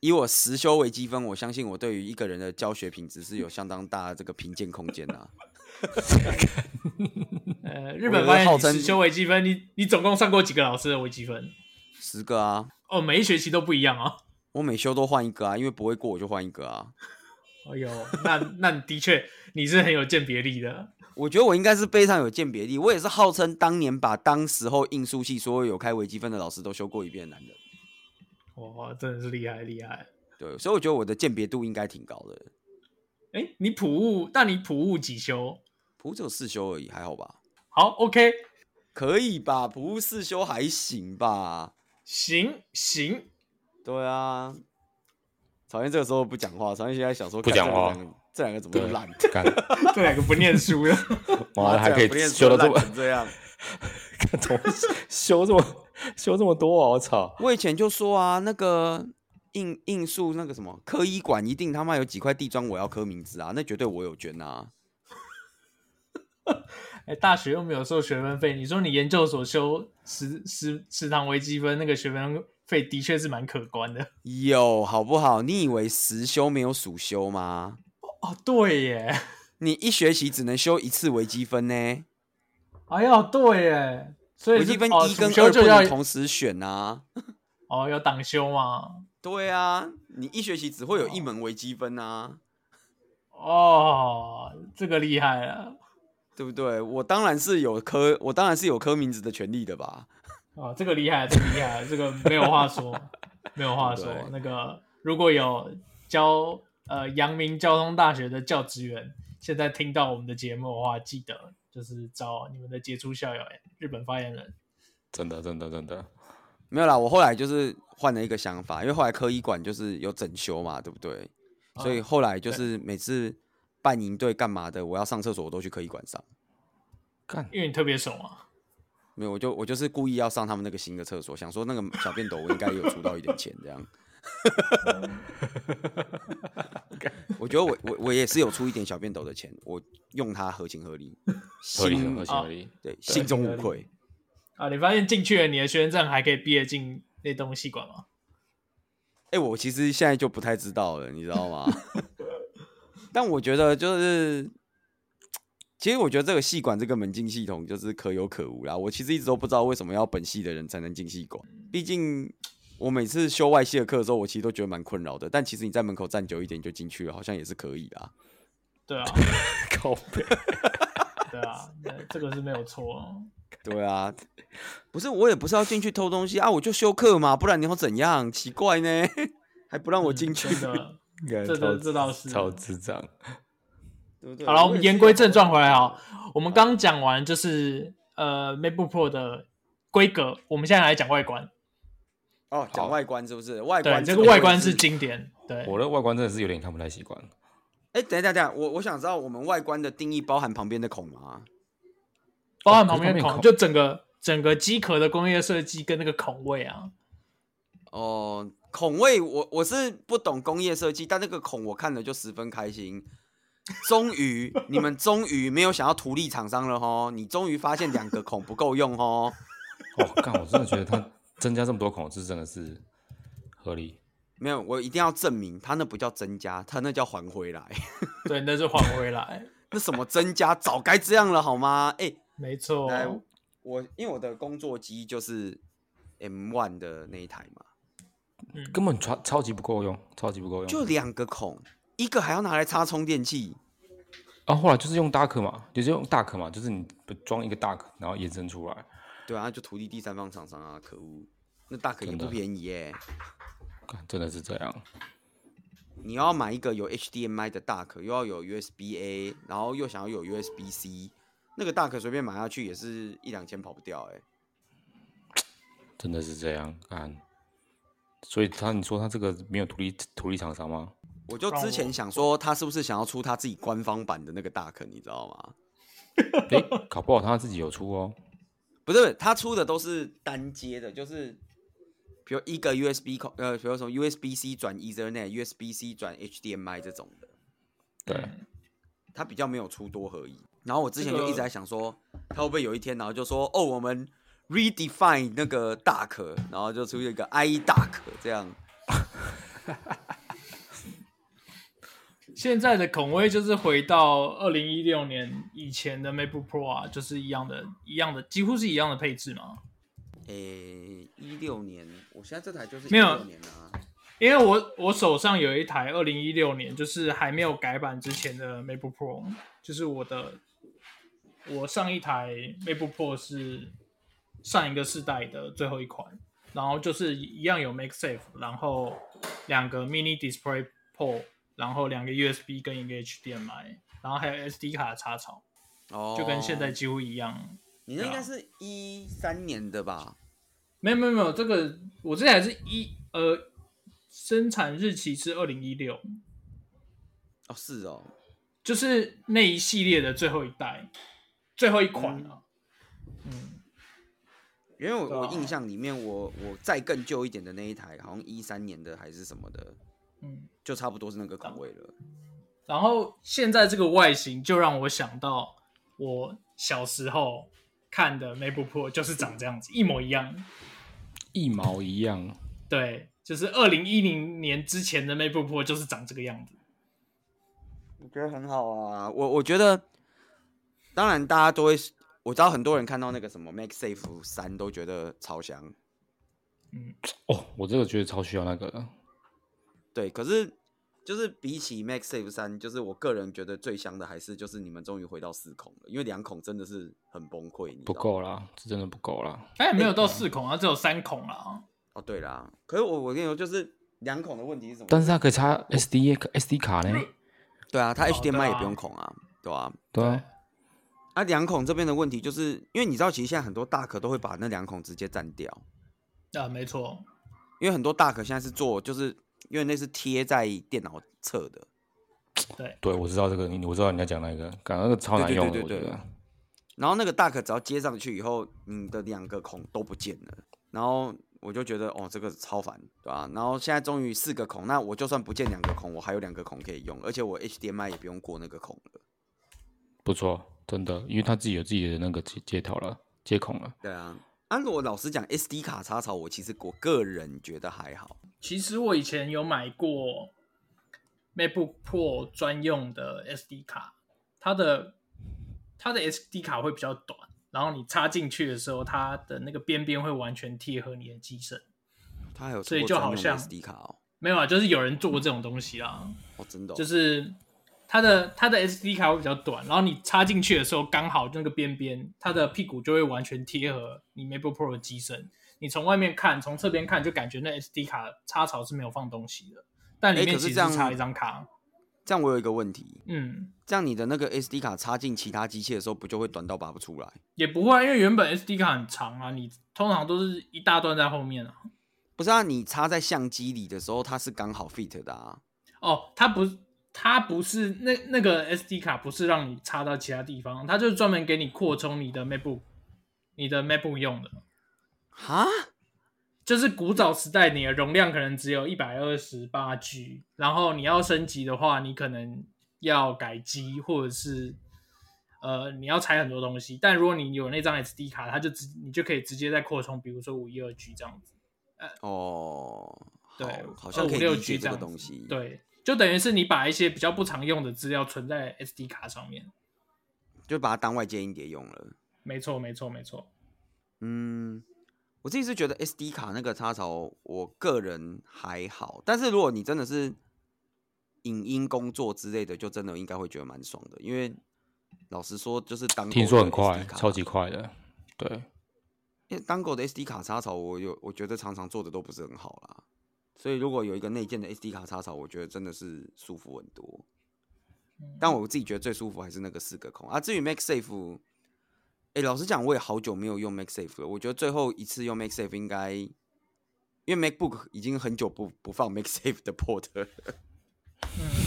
Speaker 2: 以我实修为积分，我相信我对于一个人的教学品质是有相当大的这个评鉴空间啊。
Speaker 1: 呃，日本
Speaker 2: 我
Speaker 1: 发
Speaker 2: 号
Speaker 1: 现
Speaker 2: 称
Speaker 1: 你修微积分，你你总共上过几个老师的微积分？
Speaker 2: 十个啊，
Speaker 1: 哦，每一学期都不一样哦。
Speaker 2: 我每修都换一个啊，因为不会过我就换一个啊。
Speaker 1: 哎呦，那那你的确你是很有鉴别力的。
Speaker 2: 我觉得我应该是非常有鉴别力，我也是号称当年把当时候应数系所有有开微积分的老师都修过一遍的男人。
Speaker 1: 哇，哦真的是厉害厉害。
Speaker 2: 对，所以我觉得我的鉴别度应该挺高的。
Speaker 1: 哎，你普物，那你普物几修？
Speaker 2: 普只有四修而已，还好吧？
Speaker 1: 好，OK，
Speaker 2: 可以吧？普四修还行吧？
Speaker 1: 行行，
Speaker 2: 对啊。曹燕这个时候不讲话，曹燕现在想说
Speaker 3: 不
Speaker 2: 干
Speaker 3: 讲
Speaker 2: 这两
Speaker 3: 话
Speaker 2: 个，这两个怎么那
Speaker 3: 对
Speaker 2: 么烂？，
Speaker 3: 干，
Speaker 1: 这两个不念书 (laughs) 的，
Speaker 3: 妈 (laughs) 的还可
Speaker 2: 这两个不
Speaker 3: 以
Speaker 2: 念
Speaker 3: 修
Speaker 2: 书
Speaker 3: 到这
Speaker 2: 烂
Speaker 3: 么
Speaker 2: 成这啊样。
Speaker 3: 干怎么 (laughs) 修这么修这么多啊！我操！
Speaker 2: 我以前就说啊，那个应应数那个什么科医馆，一定他妈有几块地砖，我要刻名字啊，那绝对我有捐啊。
Speaker 1: 哎，大学又没有收学分费，你说你研究所修十十十堂微积分，那个学分费的确是蛮可观的。
Speaker 2: 有好不好？你以为实修没有暑修吗？
Speaker 1: 哦，对耶，
Speaker 2: 你一学期只能修一次微积分呢，
Speaker 1: 哎呦，对耶，所以
Speaker 2: 微
Speaker 1: 是
Speaker 2: 积分
Speaker 1: 哦
Speaker 2: 一跟
Speaker 1: 暑修
Speaker 2: 二
Speaker 1: 就
Speaker 2: 不
Speaker 1: 要
Speaker 2: 能同时选啊。
Speaker 1: 哦，有党修嘛？
Speaker 2: 对啊，你一学期只会有一门微积分啊，
Speaker 1: 哦，这个厉害了。
Speaker 2: 对不对？我当然是有科，我当然是有科名字的权利的吧。
Speaker 1: 哦，这个厉害，这个厉害，这个没有话说， (laughs) 没有话说
Speaker 2: 对。
Speaker 1: 那个如果有交呃阳明交通大学的教职员现在听到我们的节目的话，记得就是找你们的杰出校友哎日本发言人。
Speaker 3: 真的，真的，真的，
Speaker 2: 没有啦，我后来就是换了一个想法，因为后来科医馆就是有整修嘛，对不对？
Speaker 1: 啊
Speaker 2: 所以后来就
Speaker 1: 对
Speaker 2: 是每次办营队干嘛的，我要上厕所我都去科医馆上，
Speaker 3: 干
Speaker 1: 因为你特别熟嘛。
Speaker 2: 没有我就我就是故意要上他们那个新的厕所，想说那个小便斗我应该有出到一点钱这样。 (laughs) 我觉得我我我也是有出一点小便斗的钱，我用它合情合理，
Speaker 3: 合理，
Speaker 2: 心
Speaker 3: 合情合理。
Speaker 2: 对心中无愧。
Speaker 1: 啊，你发现进去了，你的学生证还可以毕业进那东系馆吗？
Speaker 2: 哎、我其实现在就不太知道了，你知道吗？ (laughs) 但我觉得就是，其实我觉得这个系管这个门禁系统就是可有可无啦。我其实一直都不知道为什么要本系的人才能进系管，毕竟我每次修外系的课的时候，我其实都觉得蛮困扰的。但其实你在门口站久一点就进去了，好像也是可以啦。
Speaker 1: 对啊，
Speaker 3: 靠背，
Speaker 1: 对啊，那这个是没有错哦。
Speaker 2: 对啊，不是我也不是要进去偷东西啊，我就修课嘛，不然你要怎样？奇怪呢， (laughs) 还不让 (laughs) 我进去，
Speaker 1: 嗯真的。
Speaker 3: (laughs) 干
Speaker 1: 这
Speaker 3: 超
Speaker 1: 这这倒是
Speaker 3: 超智障。
Speaker 2: 对不对？
Speaker 1: 好了，我
Speaker 2: 也
Speaker 1: 们
Speaker 2: 是啊
Speaker 1: 言归
Speaker 2: 要
Speaker 1: 正
Speaker 2: 把
Speaker 1: 传回来哈。我们刚讲完就是呃 MacBook Pro 的规格，我们现在来讲外观。
Speaker 2: 哦，讲
Speaker 3: 好
Speaker 2: 外观是不是？外
Speaker 1: 对，
Speaker 2: 观
Speaker 1: 这
Speaker 2: 我
Speaker 1: 个外
Speaker 2: 也
Speaker 1: 观是经典。对，
Speaker 3: 我的外观真的是有点看不太习惯。
Speaker 2: 哎、等一下，等一下，我我想知道我们外观的定义包含旁边的孔吗？
Speaker 1: 包含
Speaker 3: 哦
Speaker 1: 旁边的
Speaker 3: 旁边
Speaker 1: 孔，
Speaker 3: 孔
Speaker 1: 就整个整个机壳的工业设计跟那个孔位啊。
Speaker 2: 哦、孔位我我是不懂工业设计，但那个孔我看了就十分开心。终于，你们终于没有想要图利厂商了吼，你终于发现两个孔不够用吼。
Speaker 3: 哦，干，我真的觉得它增加这么多孔，这真的是合理。
Speaker 2: 没有，我一定要证明，它那不叫增加，它那叫还回来。
Speaker 1: 对，那是还回来，
Speaker 2: 那什么增加，早该这样了好吗？哎、
Speaker 1: 没错。
Speaker 2: (laughs)
Speaker 1: 哦
Speaker 2: 来，我因为我的工作机就是 M one 的那一台嘛，
Speaker 3: 根本超超级不够用，超级不够用。
Speaker 2: 就两个孔，一个还要拿来插充电器。
Speaker 3: 然啊后后来就是用大壳嘛，就是用大壳嘛，就是你装一个大壳，然后延伸出来。
Speaker 2: 对啊，就土地第三方厂商啊，可恶！那大可也
Speaker 3: 真的
Speaker 2: 不便宜耶、
Speaker 3: 干，真的是这样。
Speaker 2: 你要买一个有 HDMI 的大可，又要有 USB A，然后又想要有 USB C，那个大可随便买下去也是一两千跑不掉哎、
Speaker 3: 真的是这样干。所以他你说他这个没有独立独立厂
Speaker 2: (laughs)
Speaker 3: 商吗？
Speaker 2: 我就之前想说，他是不是想要出他自己官方版的那个大可，你知道吗？
Speaker 3: 诶，搞不好他自己有出哦。
Speaker 2: 不是，他出的都是单接的，就是比如一个 USB 口，呃，比如说 USB C 转 Ethernet、USB C 转 HDMI 这种的。
Speaker 3: 对，
Speaker 2: 它比较没有出多合一。然后我之前就一直在想说，它会不会有一天，然后就说哦，我们 redefine 那个大壳，然后就出现一个 i 大壳这样。
Speaker 1: 现在的孔威就是回到二零一六年以前的 MacBook Pro 啊，就是一样的，一样的，几乎是一样的配置嘛。
Speaker 2: 诶，一六年，我现在这台就是
Speaker 1: 没有
Speaker 2: 16年啊。
Speaker 1: 因为我我手上有一台二零一六年，就是还没有改版之前的 MacBook Pro，就是我的我上一台 MacBook Pro 是上一个世代的最后一款，然后就是一样有 MagSafe，然后两个 Mini Display Port，然后两个 USB 跟一个 HDMI，然后还有 SD 卡的插槽，
Speaker 2: 哦，
Speaker 1: 就跟现在几乎一样。
Speaker 2: 你那应
Speaker 1: 对
Speaker 2: 该
Speaker 1: 啊
Speaker 2: 是一三年的吧？
Speaker 1: 没有没有没有，这个我这台是一呃生产日期是二零一六，
Speaker 2: 哦，是哦，
Speaker 1: 就是那一系列的最后一代，最后一款啊。嗯，
Speaker 2: 因为
Speaker 1: 对
Speaker 2: 我
Speaker 1: 啊
Speaker 2: 我印象里面我，我再更旧一点的那一台，好像一三年的还是什么的，
Speaker 1: 嗯，
Speaker 2: 就差不多是那个口味了。
Speaker 1: 然后现在这个外形就让我想到我小时候看的 MacBook Pro 就是长这样子，一模一样。
Speaker 3: 一毛一样。
Speaker 1: 对，就是二零一零年之前的 MacBook Pro 就是长这个样子。
Speaker 2: 我觉得很好啊，我我觉得，当然大家都会，我知道很多人看到那个什么 MaxSafe 三都觉得超香，
Speaker 3: 哦，我这个觉得超需要那个的，
Speaker 2: 对，可是就是比起 MaxSafe 三，就是我个人觉得最香的还是就是你们终于回到四孔了，因为两孔真的是很崩溃，你知
Speaker 3: 不
Speaker 2: 道吗
Speaker 3: 够啦，是真的不够啦。
Speaker 1: 它也没有到四孔啊，只有三孔了啊。
Speaker 2: 哦，对啦，可是我我跟你说，就是两孔的问题是什么？
Speaker 3: 但是它可以插 SD 卡 SD 卡
Speaker 1: 哎
Speaker 3: 呢，
Speaker 2: 对啊，它
Speaker 1: 哦
Speaker 2: HDMI
Speaker 1: 对
Speaker 2: 也不
Speaker 1: 啊
Speaker 2: 用孔啊，对啊。
Speaker 3: 对啊，
Speaker 2: 啊，两孔这边的问题就是因为你知道，其实现在很多大壳都会把那两孔直接占掉，
Speaker 1: 啊，没错，
Speaker 2: 因为很多大壳现在是做就是因为那是贴在电脑侧的，
Speaker 1: 对，
Speaker 3: 对，我知道这个，你我知道你在讲那个，感觉那个超难
Speaker 2: 对对
Speaker 3: 用的，
Speaker 2: 对
Speaker 3: 我
Speaker 2: 对
Speaker 3: 觉
Speaker 2: 对
Speaker 3: 得。
Speaker 2: 然后那个大壳只要接上去以后，你的两个孔都不见了，然后我就觉得哦，这个超烦，对吧、然后现在终于四个孔，那我就算不见两个孔，我还有两个孔可以用，而且我 HDMI 也不用过那个孔了，
Speaker 3: 不错，真的，因为他自己有自己的那个接接头了，接孔了。
Speaker 2: 对啊。安果老实讲，SD 卡插槽我其实我个人觉得还好，
Speaker 1: 其实我以前有买过 MacBook Pro 专用的 SD 卡，它的它的 SD 卡会比较短，然后你插进去的时候，它的那个边边会完全贴合你的机身。
Speaker 2: 它还有
Speaker 1: 所以
Speaker 2: 出过
Speaker 1: 就
Speaker 2: 专
Speaker 1: 好
Speaker 2: 用的
Speaker 1: 像
Speaker 2: SD 卡哦，
Speaker 1: 没有啊，就是有人做过这种东西啊啦，
Speaker 2: 哦真的哦、
Speaker 1: 就是它的它的 SD 卡会比较短，然后你插进去的时候，刚好那个边边，它的屁股就会完全贴合你 MacBook Pro 的机身。你从外面看，从侧边看，就感觉那 SD 卡插槽是没有放东西的，但里
Speaker 2: 诶
Speaker 1: 面
Speaker 2: 可是
Speaker 1: 其实
Speaker 2: 这样
Speaker 1: 插一张卡。
Speaker 2: 这样我有一个问题，
Speaker 1: 嗯，
Speaker 2: 这样你的那个 SD 卡插进其他机器的时候，不就会短到拔不出来？
Speaker 1: 也不会啊，因为原本 SD 卡很长啊，你通常都是一大段在后面啊。
Speaker 2: 不是啊，你插在相机里的时候，它是刚好 fit 的啊。
Speaker 1: 哦，它不，它不是那那个 SD 卡不是让你插到其他地方，它就是专门给你扩充你的 MacBook，你的 MacBook 用的。
Speaker 2: 哈，
Speaker 1: 就是古早时代，你的容量可能只有一百二十八 G，然后你要升级的话，你可能要改机或者是呃你要拆很多东西。但如果你有那张 SD 卡，它就直你就可以直接再扩充，比如说五一二 G 这样子。
Speaker 2: 哦，
Speaker 1: 对
Speaker 2: 好，好像可以
Speaker 1: 256
Speaker 2: 理
Speaker 1: G
Speaker 2: 解这个
Speaker 1: 这样子
Speaker 2: 东西。，
Speaker 1: 对，就等于是你把一些比较不常用的资料存在 SD 卡上面。
Speaker 2: 就把它当外接硬碟用了。
Speaker 1: 没错，没错，没错。
Speaker 2: 嗯，我自己是觉得 SD 卡那个插槽，我个人还好，但是如果你真的是影音工作之类的，就真的应该会觉得蛮爽的，因为老实说，就是当
Speaker 3: 听说很快，超级
Speaker 2: 快。
Speaker 3: 快的。对，
Speaker 2: 因为当狗的 SD 卡插槽，我有我觉得常常做的都不是很好啦，所以如果有一个内建的 SD 卡插槽，我觉得真的是舒服很多。但我自己觉得最舒服还是那个四个孔啊。至于 MaxSafe，哎、老实讲，我也好久没有用 MaxSafe 了。我觉得最后一次用 MaxSafe 应该，因为 MacBook 已经很久不不放 MaxSafe 的 port 了。
Speaker 1: 嗯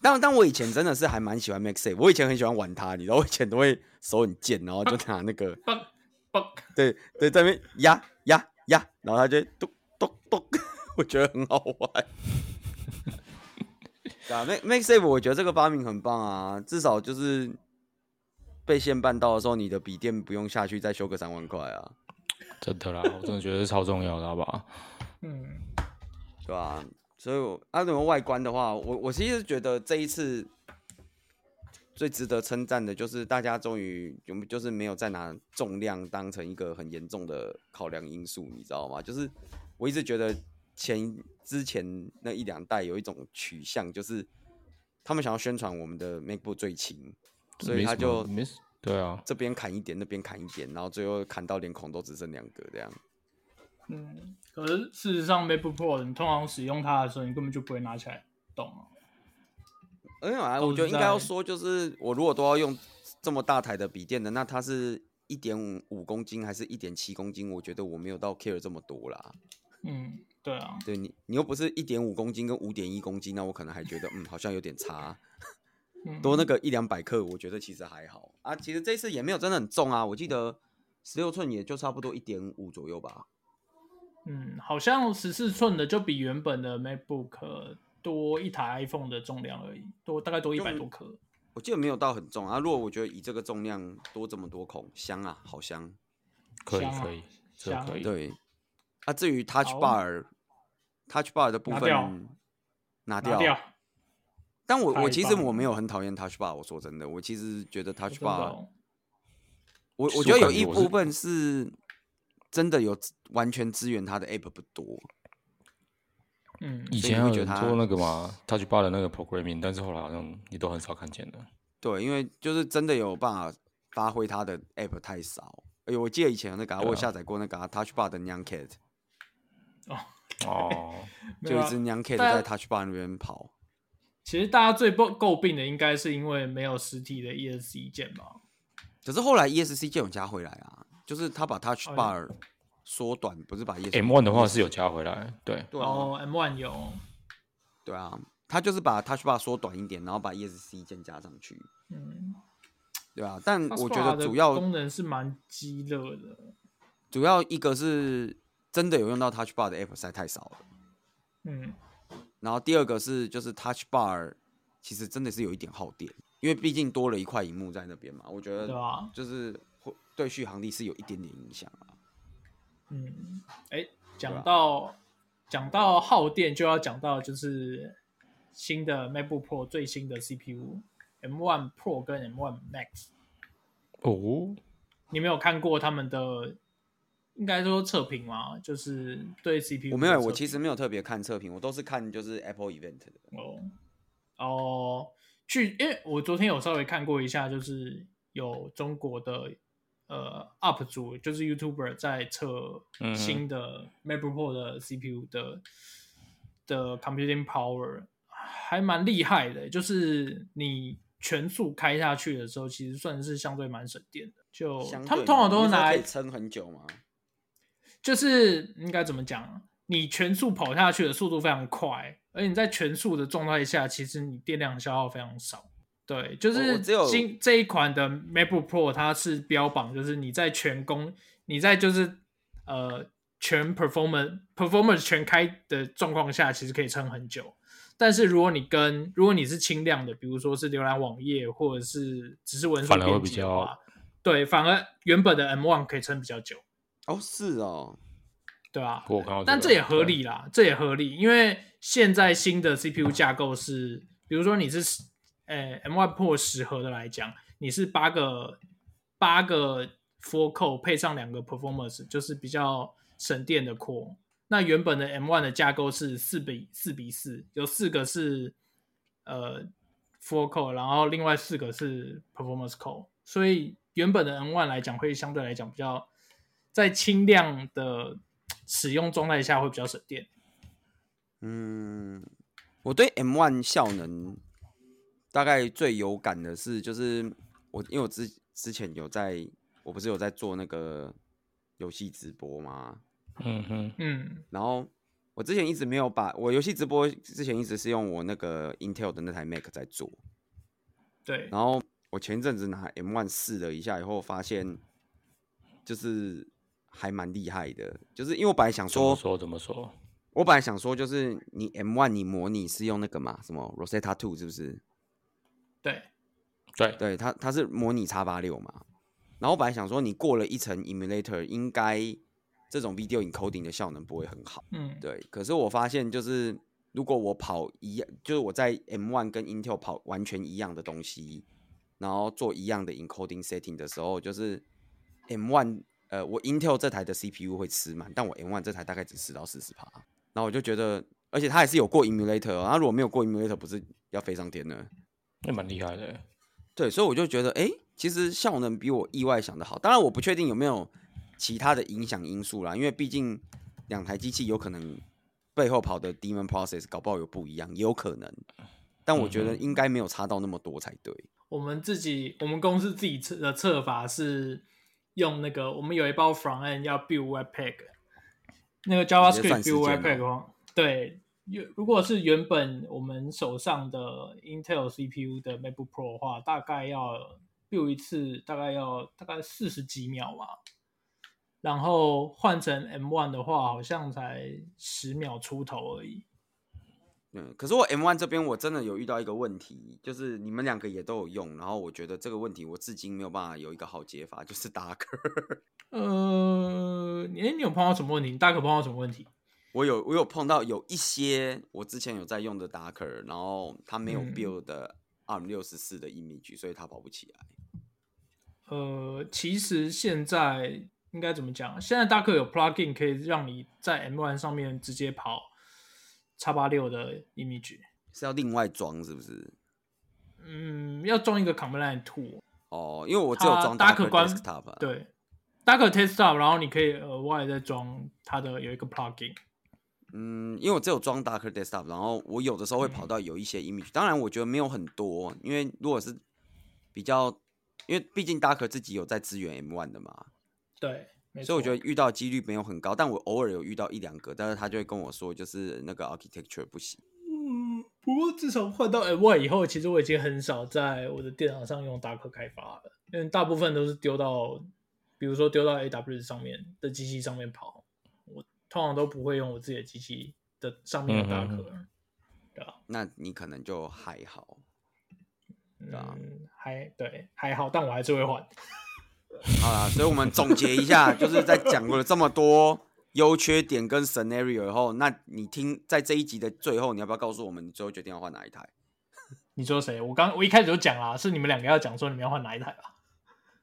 Speaker 2: 但但我以前真的是还蛮喜欢 MaxSafe，我以前很喜欢玩它，你知道，我以前都会手很贱，然后就拿那个。
Speaker 1: 棒棒，
Speaker 2: 对对，在那边压压压，然 (laughs) 后他就咚咚咚，我觉得很好玩。对啊，Make Make Safe，我觉得这个发明很棒啊，至少就是被线绊到的时候，你的笔电不用下去再修个三万块啊，
Speaker 3: 真的啦，我真的觉得是超重要的，好不好？
Speaker 1: 嗯，
Speaker 2: 对吧、所以我，啊，怎么外观的话，我我其实觉得这一次最值得称赞的就是大家终于我们就是没有再拿重量当成一个很严重的考量因素，你知道吗？就是我一直觉得前之前那一两代有一种取向，就是他们想要宣传我们的 MacBook 最轻，所以
Speaker 3: 没
Speaker 2: 他
Speaker 3: 什么
Speaker 2: 就
Speaker 3: 没什对啊，
Speaker 2: 这边砍一点，那边砍一点，然后最后砍到连孔都只剩两个这样。
Speaker 1: 嗯，可是事实上，MacBook Pro 你通常使用它的时候，你根本就不会拿起来动啊。
Speaker 2: 而且啊，
Speaker 1: 都
Speaker 2: 我觉得
Speaker 1: 哦是
Speaker 2: 应该要
Speaker 1: 在
Speaker 2: 说，就是我如果都要用这么大台的笔电的，那它是一点五公斤还是一点七公斤？我觉得我没有到 care 这么多啦。
Speaker 1: 嗯，对啊，
Speaker 2: 对你，你又不是一点五公斤跟五点一公斤，那我可能还觉得嗯，好像有点差，
Speaker 1: 嗯，
Speaker 2: 多那个一两百克，我觉得其实还好啊。其实这次也没有真的很重啊，我记得十六寸也就差不多一点五左右吧。
Speaker 1: 嗯，好像十四寸的就比原本的 MacBook 多一台 iPhone 的重量而已，多大概多一百多克。
Speaker 2: 我记得没有到很重啊。如果我觉得以这个重量多这么多孔，香啊，好香。
Speaker 3: 可以
Speaker 1: 香啊
Speaker 3: 可以，这个
Speaker 1: 香啊
Speaker 3: 可以。
Speaker 2: 对，啊，至于 Touch
Speaker 1: 好
Speaker 2: Bar，Touch Bar 的部
Speaker 1: 拿
Speaker 2: 分
Speaker 1: 掉
Speaker 2: 拿
Speaker 1: 拿掉，
Speaker 2: 但我我
Speaker 1: 太
Speaker 2: 其实
Speaker 1: 棒
Speaker 2: 我
Speaker 1: 了
Speaker 2: 没有很讨厌 Touch Bar，我说真的，我其实觉得 Touch
Speaker 1: 真的
Speaker 2: Bar，
Speaker 1: 哦
Speaker 2: 我
Speaker 3: 其
Speaker 2: 我
Speaker 3: 实
Speaker 2: 觉得
Speaker 3: 我
Speaker 2: 有
Speaker 3: 感觉
Speaker 2: 一
Speaker 3: 我是
Speaker 2: 部分是真的有支完全支援它的 App 不多，
Speaker 1: 嗯，
Speaker 3: 以
Speaker 2: 所以
Speaker 3: 前
Speaker 2: 你会
Speaker 3: 有
Speaker 2: 觉
Speaker 3: 人
Speaker 2: 得它
Speaker 3: 做那个嘛，Touch Bar 的那个 programming，但是后来好像你都很少看见了。
Speaker 2: 对，因为就是真的有办法发挥它的 App 太少。哎呦，我记得以前有那个啊、
Speaker 3: 对
Speaker 2: 我有
Speaker 3: 啊
Speaker 2: 下载过那个、啊、Touch Bar 的 Nyan Cat，
Speaker 3: 哦，
Speaker 1: 没
Speaker 2: 就
Speaker 1: 有
Speaker 2: 一
Speaker 1: 啊
Speaker 2: 只 Nyan Cat
Speaker 1: 但
Speaker 2: 在 Touch Bar 那边跑。
Speaker 1: 其实大家最不诟病的应该是因为没有实体的 ESC 键吧？
Speaker 2: 可是后来 E ESC 就有加回来啊，就是他把 Touch
Speaker 1: 哦
Speaker 2: Bar 缩短，不是把 E ESC
Speaker 3: 哎 M One 的话是有加回来，对，
Speaker 2: 对
Speaker 1: 然
Speaker 2: 啊，
Speaker 1: 后 M One 有，
Speaker 2: 对啊，他就是把 Touch Bar 缩短一点，然后把 E ESC 键加上去，
Speaker 1: 嗯，
Speaker 2: 对啊。但我
Speaker 1: Touch
Speaker 2: 觉
Speaker 1: Bar
Speaker 2: 得
Speaker 1: 的
Speaker 2: 主要
Speaker 1: 功能是蛮鸡肋的，
Speaker 2: 主要一个是真的有用到 Touch Bar 的 App 实在太少了，
Speaker 1: 嗯，
Speaker 2: 然后第二个是就是 Touch Bar 其实真的是有一点耗电，因为毕竟多了一块荧幕在那边嘛，我觉
Speaker 1: 对啊
Speaker 2: 得
Speaker 1: 吧？
Speaker 2: 就是会对续航力是有一点点影响啊。
Speaker 1: 嗯，哎，
Speaker 2: 对
Speaker 1: 讲
Speaker 2: 啊
Speaker 1: 到讲到耗电，就要讲到就是新的 MacBook Pro 最新的 CPU M1 Pro 跟 M1 Max，
Speaker 3: 哦，
Speaker 1: 你没有看过他们的，应该说测评吗？就是对 CPU
Speaker 2: 我没有，
Speaker 1: 的测
Speaker 2: 我
Speaker 1: 评
Speaker 2: 其实没有特别看测评，我都是看就是 Apple Event 的。
Speaker 1: 哦哦，去，因为我昨天有稍微看过一下，就是有中国的呃 UP 主，就是 YouTuber 在测
Speaker 3: 嗯哼
Speaker 1: 新的 MacBook Pro 的 CPU 的的 computing power，还蛮厉害的，就是你。全速开下去的时候，其实算是相对蛮省电的。就
Speaker 2: 相
Speaker 1: 哦他们
Speaker 2: 对
Speaker 1: 通
Speaker 2: 嘛
Speaker 1: 常都
Speaker 2: 你是说
Speaker 1: 拿
Speaker 2: 可
Speaker 1: 来
Speaker 2: 以撑很久吗？
Speaker 1: 就是应该怎么讲啊？你全速跑下去的速度非常快，而你在全速的状态下，其实你电量消耗非常少。对，就
Speaker 2: 我我
Speaker 1: 是
Speaker 2: 只有
Speaker 1: 今这一款的 MacBook Pro，它是标榜就是你在全功，你在就是呃全 performance performance 全开的状况下，其实可以撑很久。但是如果你跟如果你是轻量的，比如说是浏览网页或者是只是文字
Speaker 3: 反而会
Speaker 1: 编
Speaker 3: 比
Speaker 1: 辑的
Speaker 3: 较
Speaker 1: 话，对，反而原本的 M1 可以撑比较久，
Speaker 2: 哦，是哦，
Speaker 1: 对吧、
Speaker 3: 我有看到个，
Speaker 1: 但这也合理啦，这也合理，因为现在新的 CPU 架构是，比如说你是十呃 M1 Pro 十核的来讲，你是八个八个 Four Core 配上两个 Performance，就是比较省电的 Core。那原本的 M1 的架构是四比四比四，有四个是呃 Four Core，然后另外四个是 Performance Core，所以原本的 M1 来讲会相对来讲比较在轻量的使用状态下会比较省电。
Speaker 2: 嗯，我对 M One 效能大概最有感的是，就是我因为我之之前有在，我不是有在做那个游戏直播吗？
Speaker 3: 嗯哼，
Speaker 1: 嗯
Speaker 2: 然后我之前一直没有把我游戏直播之前一直是用我那个 Intel 的那台 Mac 在做，，
Speaker 1: 对，
Speaker 2: 然后我前一阵子拿 M One 试了一下以后，发现就是还蛮厉害的，就是因为我本来想
Speaker 3: 怎么
Speaker 2: 说，
Speaker 3: 说怎么说？
Speaker 2: 我本来想说，就是你 M One 你模拟是用那个嘛，什么 Rosetta Two 是不是？
Speaker 1: 对，
Speaker 3: 对，
Speaker 2: 对，它它是模拟叉八六嘛。然后我本来想说，你过了一层 emulator，应该这种 video encoding 的效能不会很好。
Speaker 1: 嗯，
Speaker 2: 对，可是我发现就是，如果我跑一样，就是我在 M One 跟 Intel 跑完全一样的东西，然后做一样的 encoding setting 的时候，就是 M One，呃，我 Intel 这台的 CPU 会吃满，但我 M One 这台大概只吃到四十趴，然后我就觉得，而且它还是有过 emulator，哦它如果没有过 emulator，不是要飞上天了？
Speaker 3: 那蛮厉害的。
Speaker 2: 对，所以我就觉得，哎、其实效能比我意外想的好。当然，我不确定有没有其他的影响因素啦，因为毕竟两台机器有可能背后跑的 Demon Process 搞不好有不一样，也有可能。但我觉得应该没有差到那么多才对。
Speaker 1: 我们自己我们公司自己测的测法是用那个，我们有一包 front end 要 build webpack，那个
Speaker 2: 直接
Speaker 1: JavaScript
Speaker 2: 算时
Speaker 1: build
Speaker 2: 间哦
Speaker 1: webpack 的话，对，有如果是原本我们手上的 Intel CPU 的 MacBook Pro 的话，大概要 build 一次，大概要大概四十几秒吧。然后换成 M1 的话，好像才十秒出头而已。
Speaker 2: 嗯，可是我 M One 这边我真的有遇到一个问题，就是你们两个也都有用，然后我觉得这个问题我至今没有办法有一个好解法，就是 Docker。
Speaker 1: 呃，你诶你有碰到什么问题？你大可碰到什么问题？
Speaker 2: 我有我有碰到有一些我之前有在用的 Docker，然后它没有
Speaker 1: 嗯
Speaker 2: build 的 ARM 六十四的 image，所以它跑不起来。
Speaker 1: 呃，其实现在应该怎么讲？现在大可有 plugin 可以让你在 M1 上面直接跑叉八六的 image。
Speaker 2: 是要另外装是不是？
Speaker 1: 嗯，要装一个 command line tool。
Speaker 2: 哦，因为我只有
Speaker 1: 它
Speaker 2: 装
Speaker 1: Docker
Speaker 2: Docker
Speaker 1: 官
Speaker 2: desktop，、啊、，
Speaker 1: 对，大可 desktop，然后你可以额外再装它的有一个 plugin。
Speaker 2: 嗯，因为我只有装 Docker desktop，然后我有的时候会
Speaker 1: 嗯
Speaker 2: 跑到有一些 image，、当然我觉得没有很多，因为如果是比较，因为毕竟 Docker 自己有在支援 M1 的嘛，
Speaker 1: 对，没错。
Speaker 2: 所以我觉得遇到几率没有很高，但我偶尔有遇到一两个，但是他就会跟我说，就是那个 architecture 不行。
Speaker 1: 嗯，不过自从换到 M1 以后，其实我已经很少在我的电脑上用 Docker 开发了，因为大部分都是丢到，比如说丢到 AWS 上面的机器上面跑，我通常都不会用我自己的机器的上面的
Speaker 3: 嗯哼
Speaker 1: Docker，、
Speaker 2: 那你可能就还好。啊
Speaker 1: 嗯，还对还好，但我还是会换。
Speaker 2: 好啦，所以我们总结一下，就是在讲过了这么多优缺点跟 scenario 以后，那你听在这一集的最后，你要不要告诉我们你最后决定要换哪一台？
Speaker 1: 你说谁？我刚我一开始就讲啦，是你们两个要讲说你们要换哪一台吧？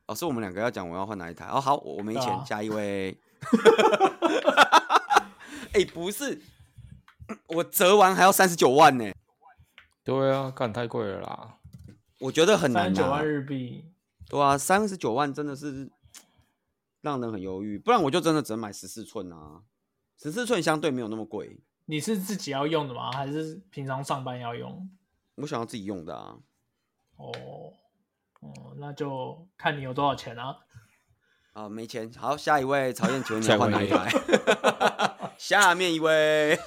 Speaker 2: 哦，是我们两个要讲我要换哪一台？哦，好，我我没钱，
Speaker 1: 对啊
Speaker 2: 下一位。 (laughs) 哎、不是，我折完还要三十九万呢、
Speaker 3: 对啊，干太贵了啦。
Speaker 2: 我觉得很
Speaker 1: 三
Speaker 2: 难啊
Speaker 1: 十九
Speaker 2: 拿
Speaker 1: 万。日币，
Speaker 2: 对啊，三十九万真的是让人很犹豫，不然我就真的只能买十四寸啊。十四寸相对没有那么贵，
Speaker 1: 你是自己要用的吗？还是平常上班要用？
Speaker 2: 我想要自己用的啊。
Speaker 1: 哦哦，那就看你有多少钱啊。
Speaker 2: 啊，没钱。好，下一位，曹燕，请问你
Speaker 3: 下
Speaker 2: 要换
Speaker 3: 一
Speaker 2: 哪一
Speaker 3: 位
Speaker 2: 台？ (laughs) 下面一位，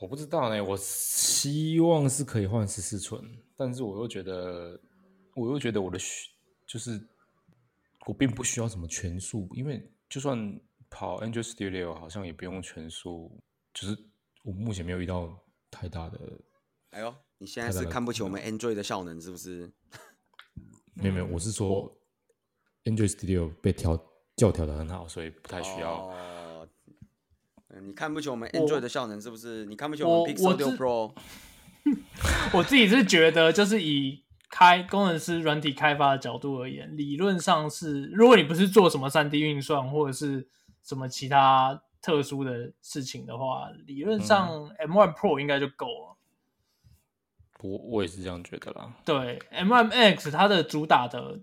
Speaker 3: 我不知道呢，我希望是可以换十四寸，但是我又觉得，我又觉得我的需就是我并不需要什么全速，因为就算跑 Android Studio 好像也不用全速，就是我目前没有遇到太大的，
Speaker 2: 哎呦，你现在是看不起我们 Android 的效能是不是？
Speaker 3: 没有没有，我是说 Android Studio 被调教调的很好，所以不太需要。
Speaker 2: 哦嗯，你看不起我们
Speaker 1: 我
Speaker 2: Android 的效能是不是？你看不起我们
Speaker 1: 我
Speaker 2: Pixel
Speaker 1: 我
Speaker 2: 六
Speaker 1: 知
Speaker 2: Pro？
Speaker 1: 我自己是觉得，就是以开工程师软体开发的角度而言，理论上是，如果你不是做什么三 D 运算或者是什么其他特殊的事情的话，理论上 M1 Pro 应该就够了。
Speaker 3: 我我也是这样觉得啦。
Speaker 1: 对，M1 X 它的主打的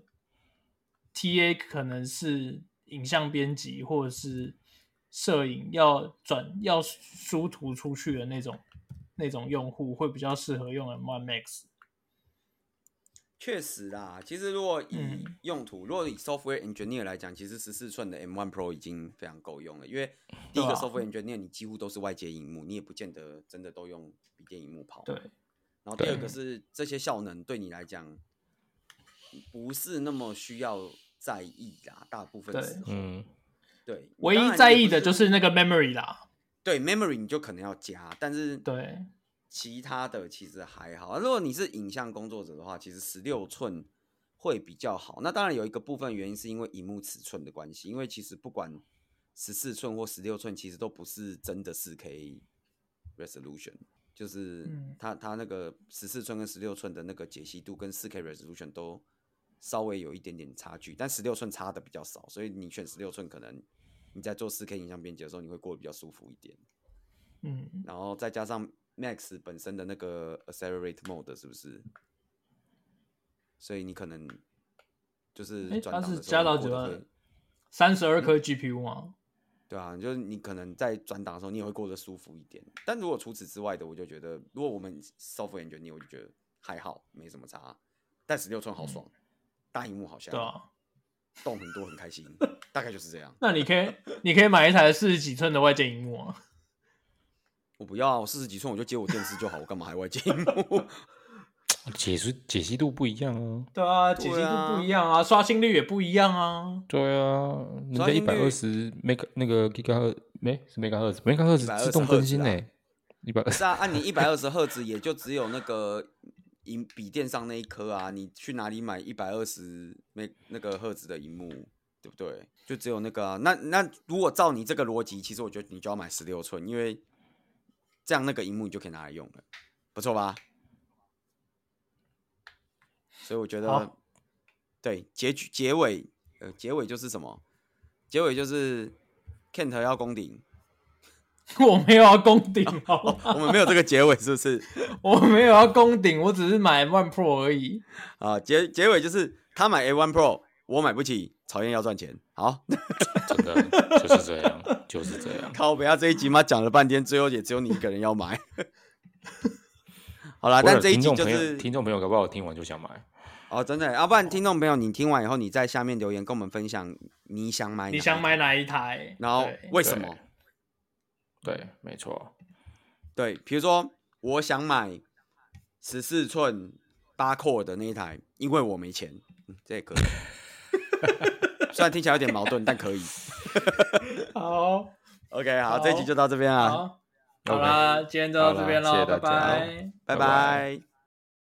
Speaker 1: TA 可能是影像编辑或者是摄影要转要输图出去的那种那种用户会比较适合用 M1 Max。
Speaker 2: 确实啦，其实如果以
Speaker 1: 嗯
Speaker 2: 用途，如果以 software engineer 来讲，其实十四寸的 M1 Pro 已经非常够用了，因为第一
Speaker 1: 对
Speaker 2: 个
Speaker 1: 啊
Speaker 2: software engineer 你几乎都是外接荧幕，你也不见得真的都用笔电荧幕跑。
Speaker 1: 对，
Speaker 2: 然后第
Speaker 3: 对
Speaker 2: 二个是这些效能对你来讲不是那么需要在意啦，大部分
Speaker 1: 对
Speaker 2: 时候
Speaker 3: 嗯，
Speaker 2: 对，
Speaker 1: 唯
Speaker 2: 当
Speaker 1: 一
Speaker 2: 然
Speaker 1: 在
Speaker 2: 也不
Speaker 1: 意的就是那个 memory 啦。
Speaker 2: 对 memory 你就可能要加，但是
Speaker 1: 对，
Speaker 2: 其他的其实还好。如果你是影像工作者的话，其实十六寸会比较好。那当然有一个部分原因是因为荧幕尺寸的关系，因为其实不管十四寸或十六寸，其实都不是真的四 K resolution，就是
Speaker 1: 嗯
Speaker 2: 它它那个十四寸跟十六寸的那个解析度跟四 K resolution 都稍微有一点点差距，但十六寸差的比较少，所以你选十六寸可能你在做四 K 影像编辑的时候，你会过得比较舒服一点。
Speaker 1: 嗯，
Speaker 2: 然后再加上 Max 本身的那个 Accelerate Mode 是不是？所以你可能就是
Speaker 1: 哎，
Speaker 2: 转
Speaker 1: 它
Speaker 2: 档
Speaker 1: 是
Speaker 2: 的时候
Speaker 1: 加到
Speaker 2: 过
Speaker 1: 几
Speaker 2: 得
Speaker 1: 万
Speaker 2: 会，
Speaker 1: 三十二颗 GPU 吗？
Speaker 2: 对啊，就是你可能在转档的时候，你也会过得舒服一点。但如果除此之外的，我就觉得，如果我们 software engineer，我就觉得还好，没什么差。但十六寸好爽，大荧幕好像
Speaker 1: 嗯对啊，
Speaker 2: 动很多很开心，大概就是这样。
Speaker 1: 那你可以你可以买一台四十几寸的外接荧幕啊。
Speaker 2: 我不要啊，我四十几寸我就接我电视就好，我干嘛还外接荧幕？
Speaker 3: 解析解析度不一样啊。
Speaker 1: 对啊，解析
Speaker 2: 对
Speaker 1: 度
Speaker 2: 啊
Speaker 1: 不一样啊，刷新率也不一样啊。 (laughs)
Speaker 3: 对啊，人
Speaker 2: 刷
Speaker 3: 家一
Speaker 2: 新
Speaker 3: 百
Speaker 2: 率
Speaker 3: 二十 mega 那个 giga 赫没是 mega 赫兹，mega 赫兹
Speaker 2: 120
Speaker 3: 自动更新
Speaker 2: 赫
Speaker 3: 呢、
Speaker 2: 兹啊
Speaker 3: 欸，一百二
Speaker 2: 是啊，按你一百二十赫兹，也就只有那个荧笔电上那一颗啊。你去哪里买一百二十那那个赫兹的荧幕，对不对？就只有那个啊。那那如果照你这个逻辑，其实我觉得你就要买十六寸，因为这样那个荧幕你就可以拿来用了，不错吧？所以我觉得
Speaker 1: 好，
Speaker 2: 对结局结尾，呃，结尾就是什么？结尾就是 Kent 要攻顶，
Speaker 1: 我没有要攻顶，好不
Speaker 2: 哦
Speaker 1: 好？，
Speaker 2: 我们没有这个结尾是不是？
Speaker 1: (laughs) 我没有要攻顶，我只是买 One Pro 而已。
Speaker 2: 啊，结结尾就是他买 A1 Pro，我买不起，讨厌要赚钱。好， (laughs)
Speaker 3: (laughs) 真
Speaker 2: 啊
Speaker 3: 的就是这样，就是这样。
Speaker 2: 靠北亚啊这一集嘛讲了半天，最后也只有你一个人要买。 (laughs) 好啦，
Speaker 3: 我有
Speaker 2: 但这一
Speaker 3: 听
Speaker 2: 集
Speaker 3: 众
Speaker 2: 就
Speaker 3: 朋友
Speaker 2: 是
Speaker 3: 听众朋友搞不好听完就想买，
Speaker 2: 哦，真的耶，要、不然听众朋友，你听完以后，你在下面留言跟我们分享你想买，
Speaker 1: 你想买，哪一台？
Speaker 2: 哎然后
Speaker 1: 对
Speaker 2: 为什么？
Speaker 3: 对，没错，
Speaker 2: 对，比如说我想买十四寸八 core 的那一台，因为我没钱，嗯、这也可以。 (laughs) 虽然听起来有点矛盾，但可以。
Speaker 1: 好
Speaker 2: OK，好，这一集
Speaker 1: 好
Speaker 2: 就到这边啊，
Speaker 1: 好好啦，今天就到这边
Speaker 3: 好
Speaker 1: 喽，
Speaker 3: 啦谢谢
Speaker 1: 拜
Speaker 3: 大家
Speaker 1: 拜。
Speaker 2: 拜
Speaker 3: 拜拜
Speaker 2: 拜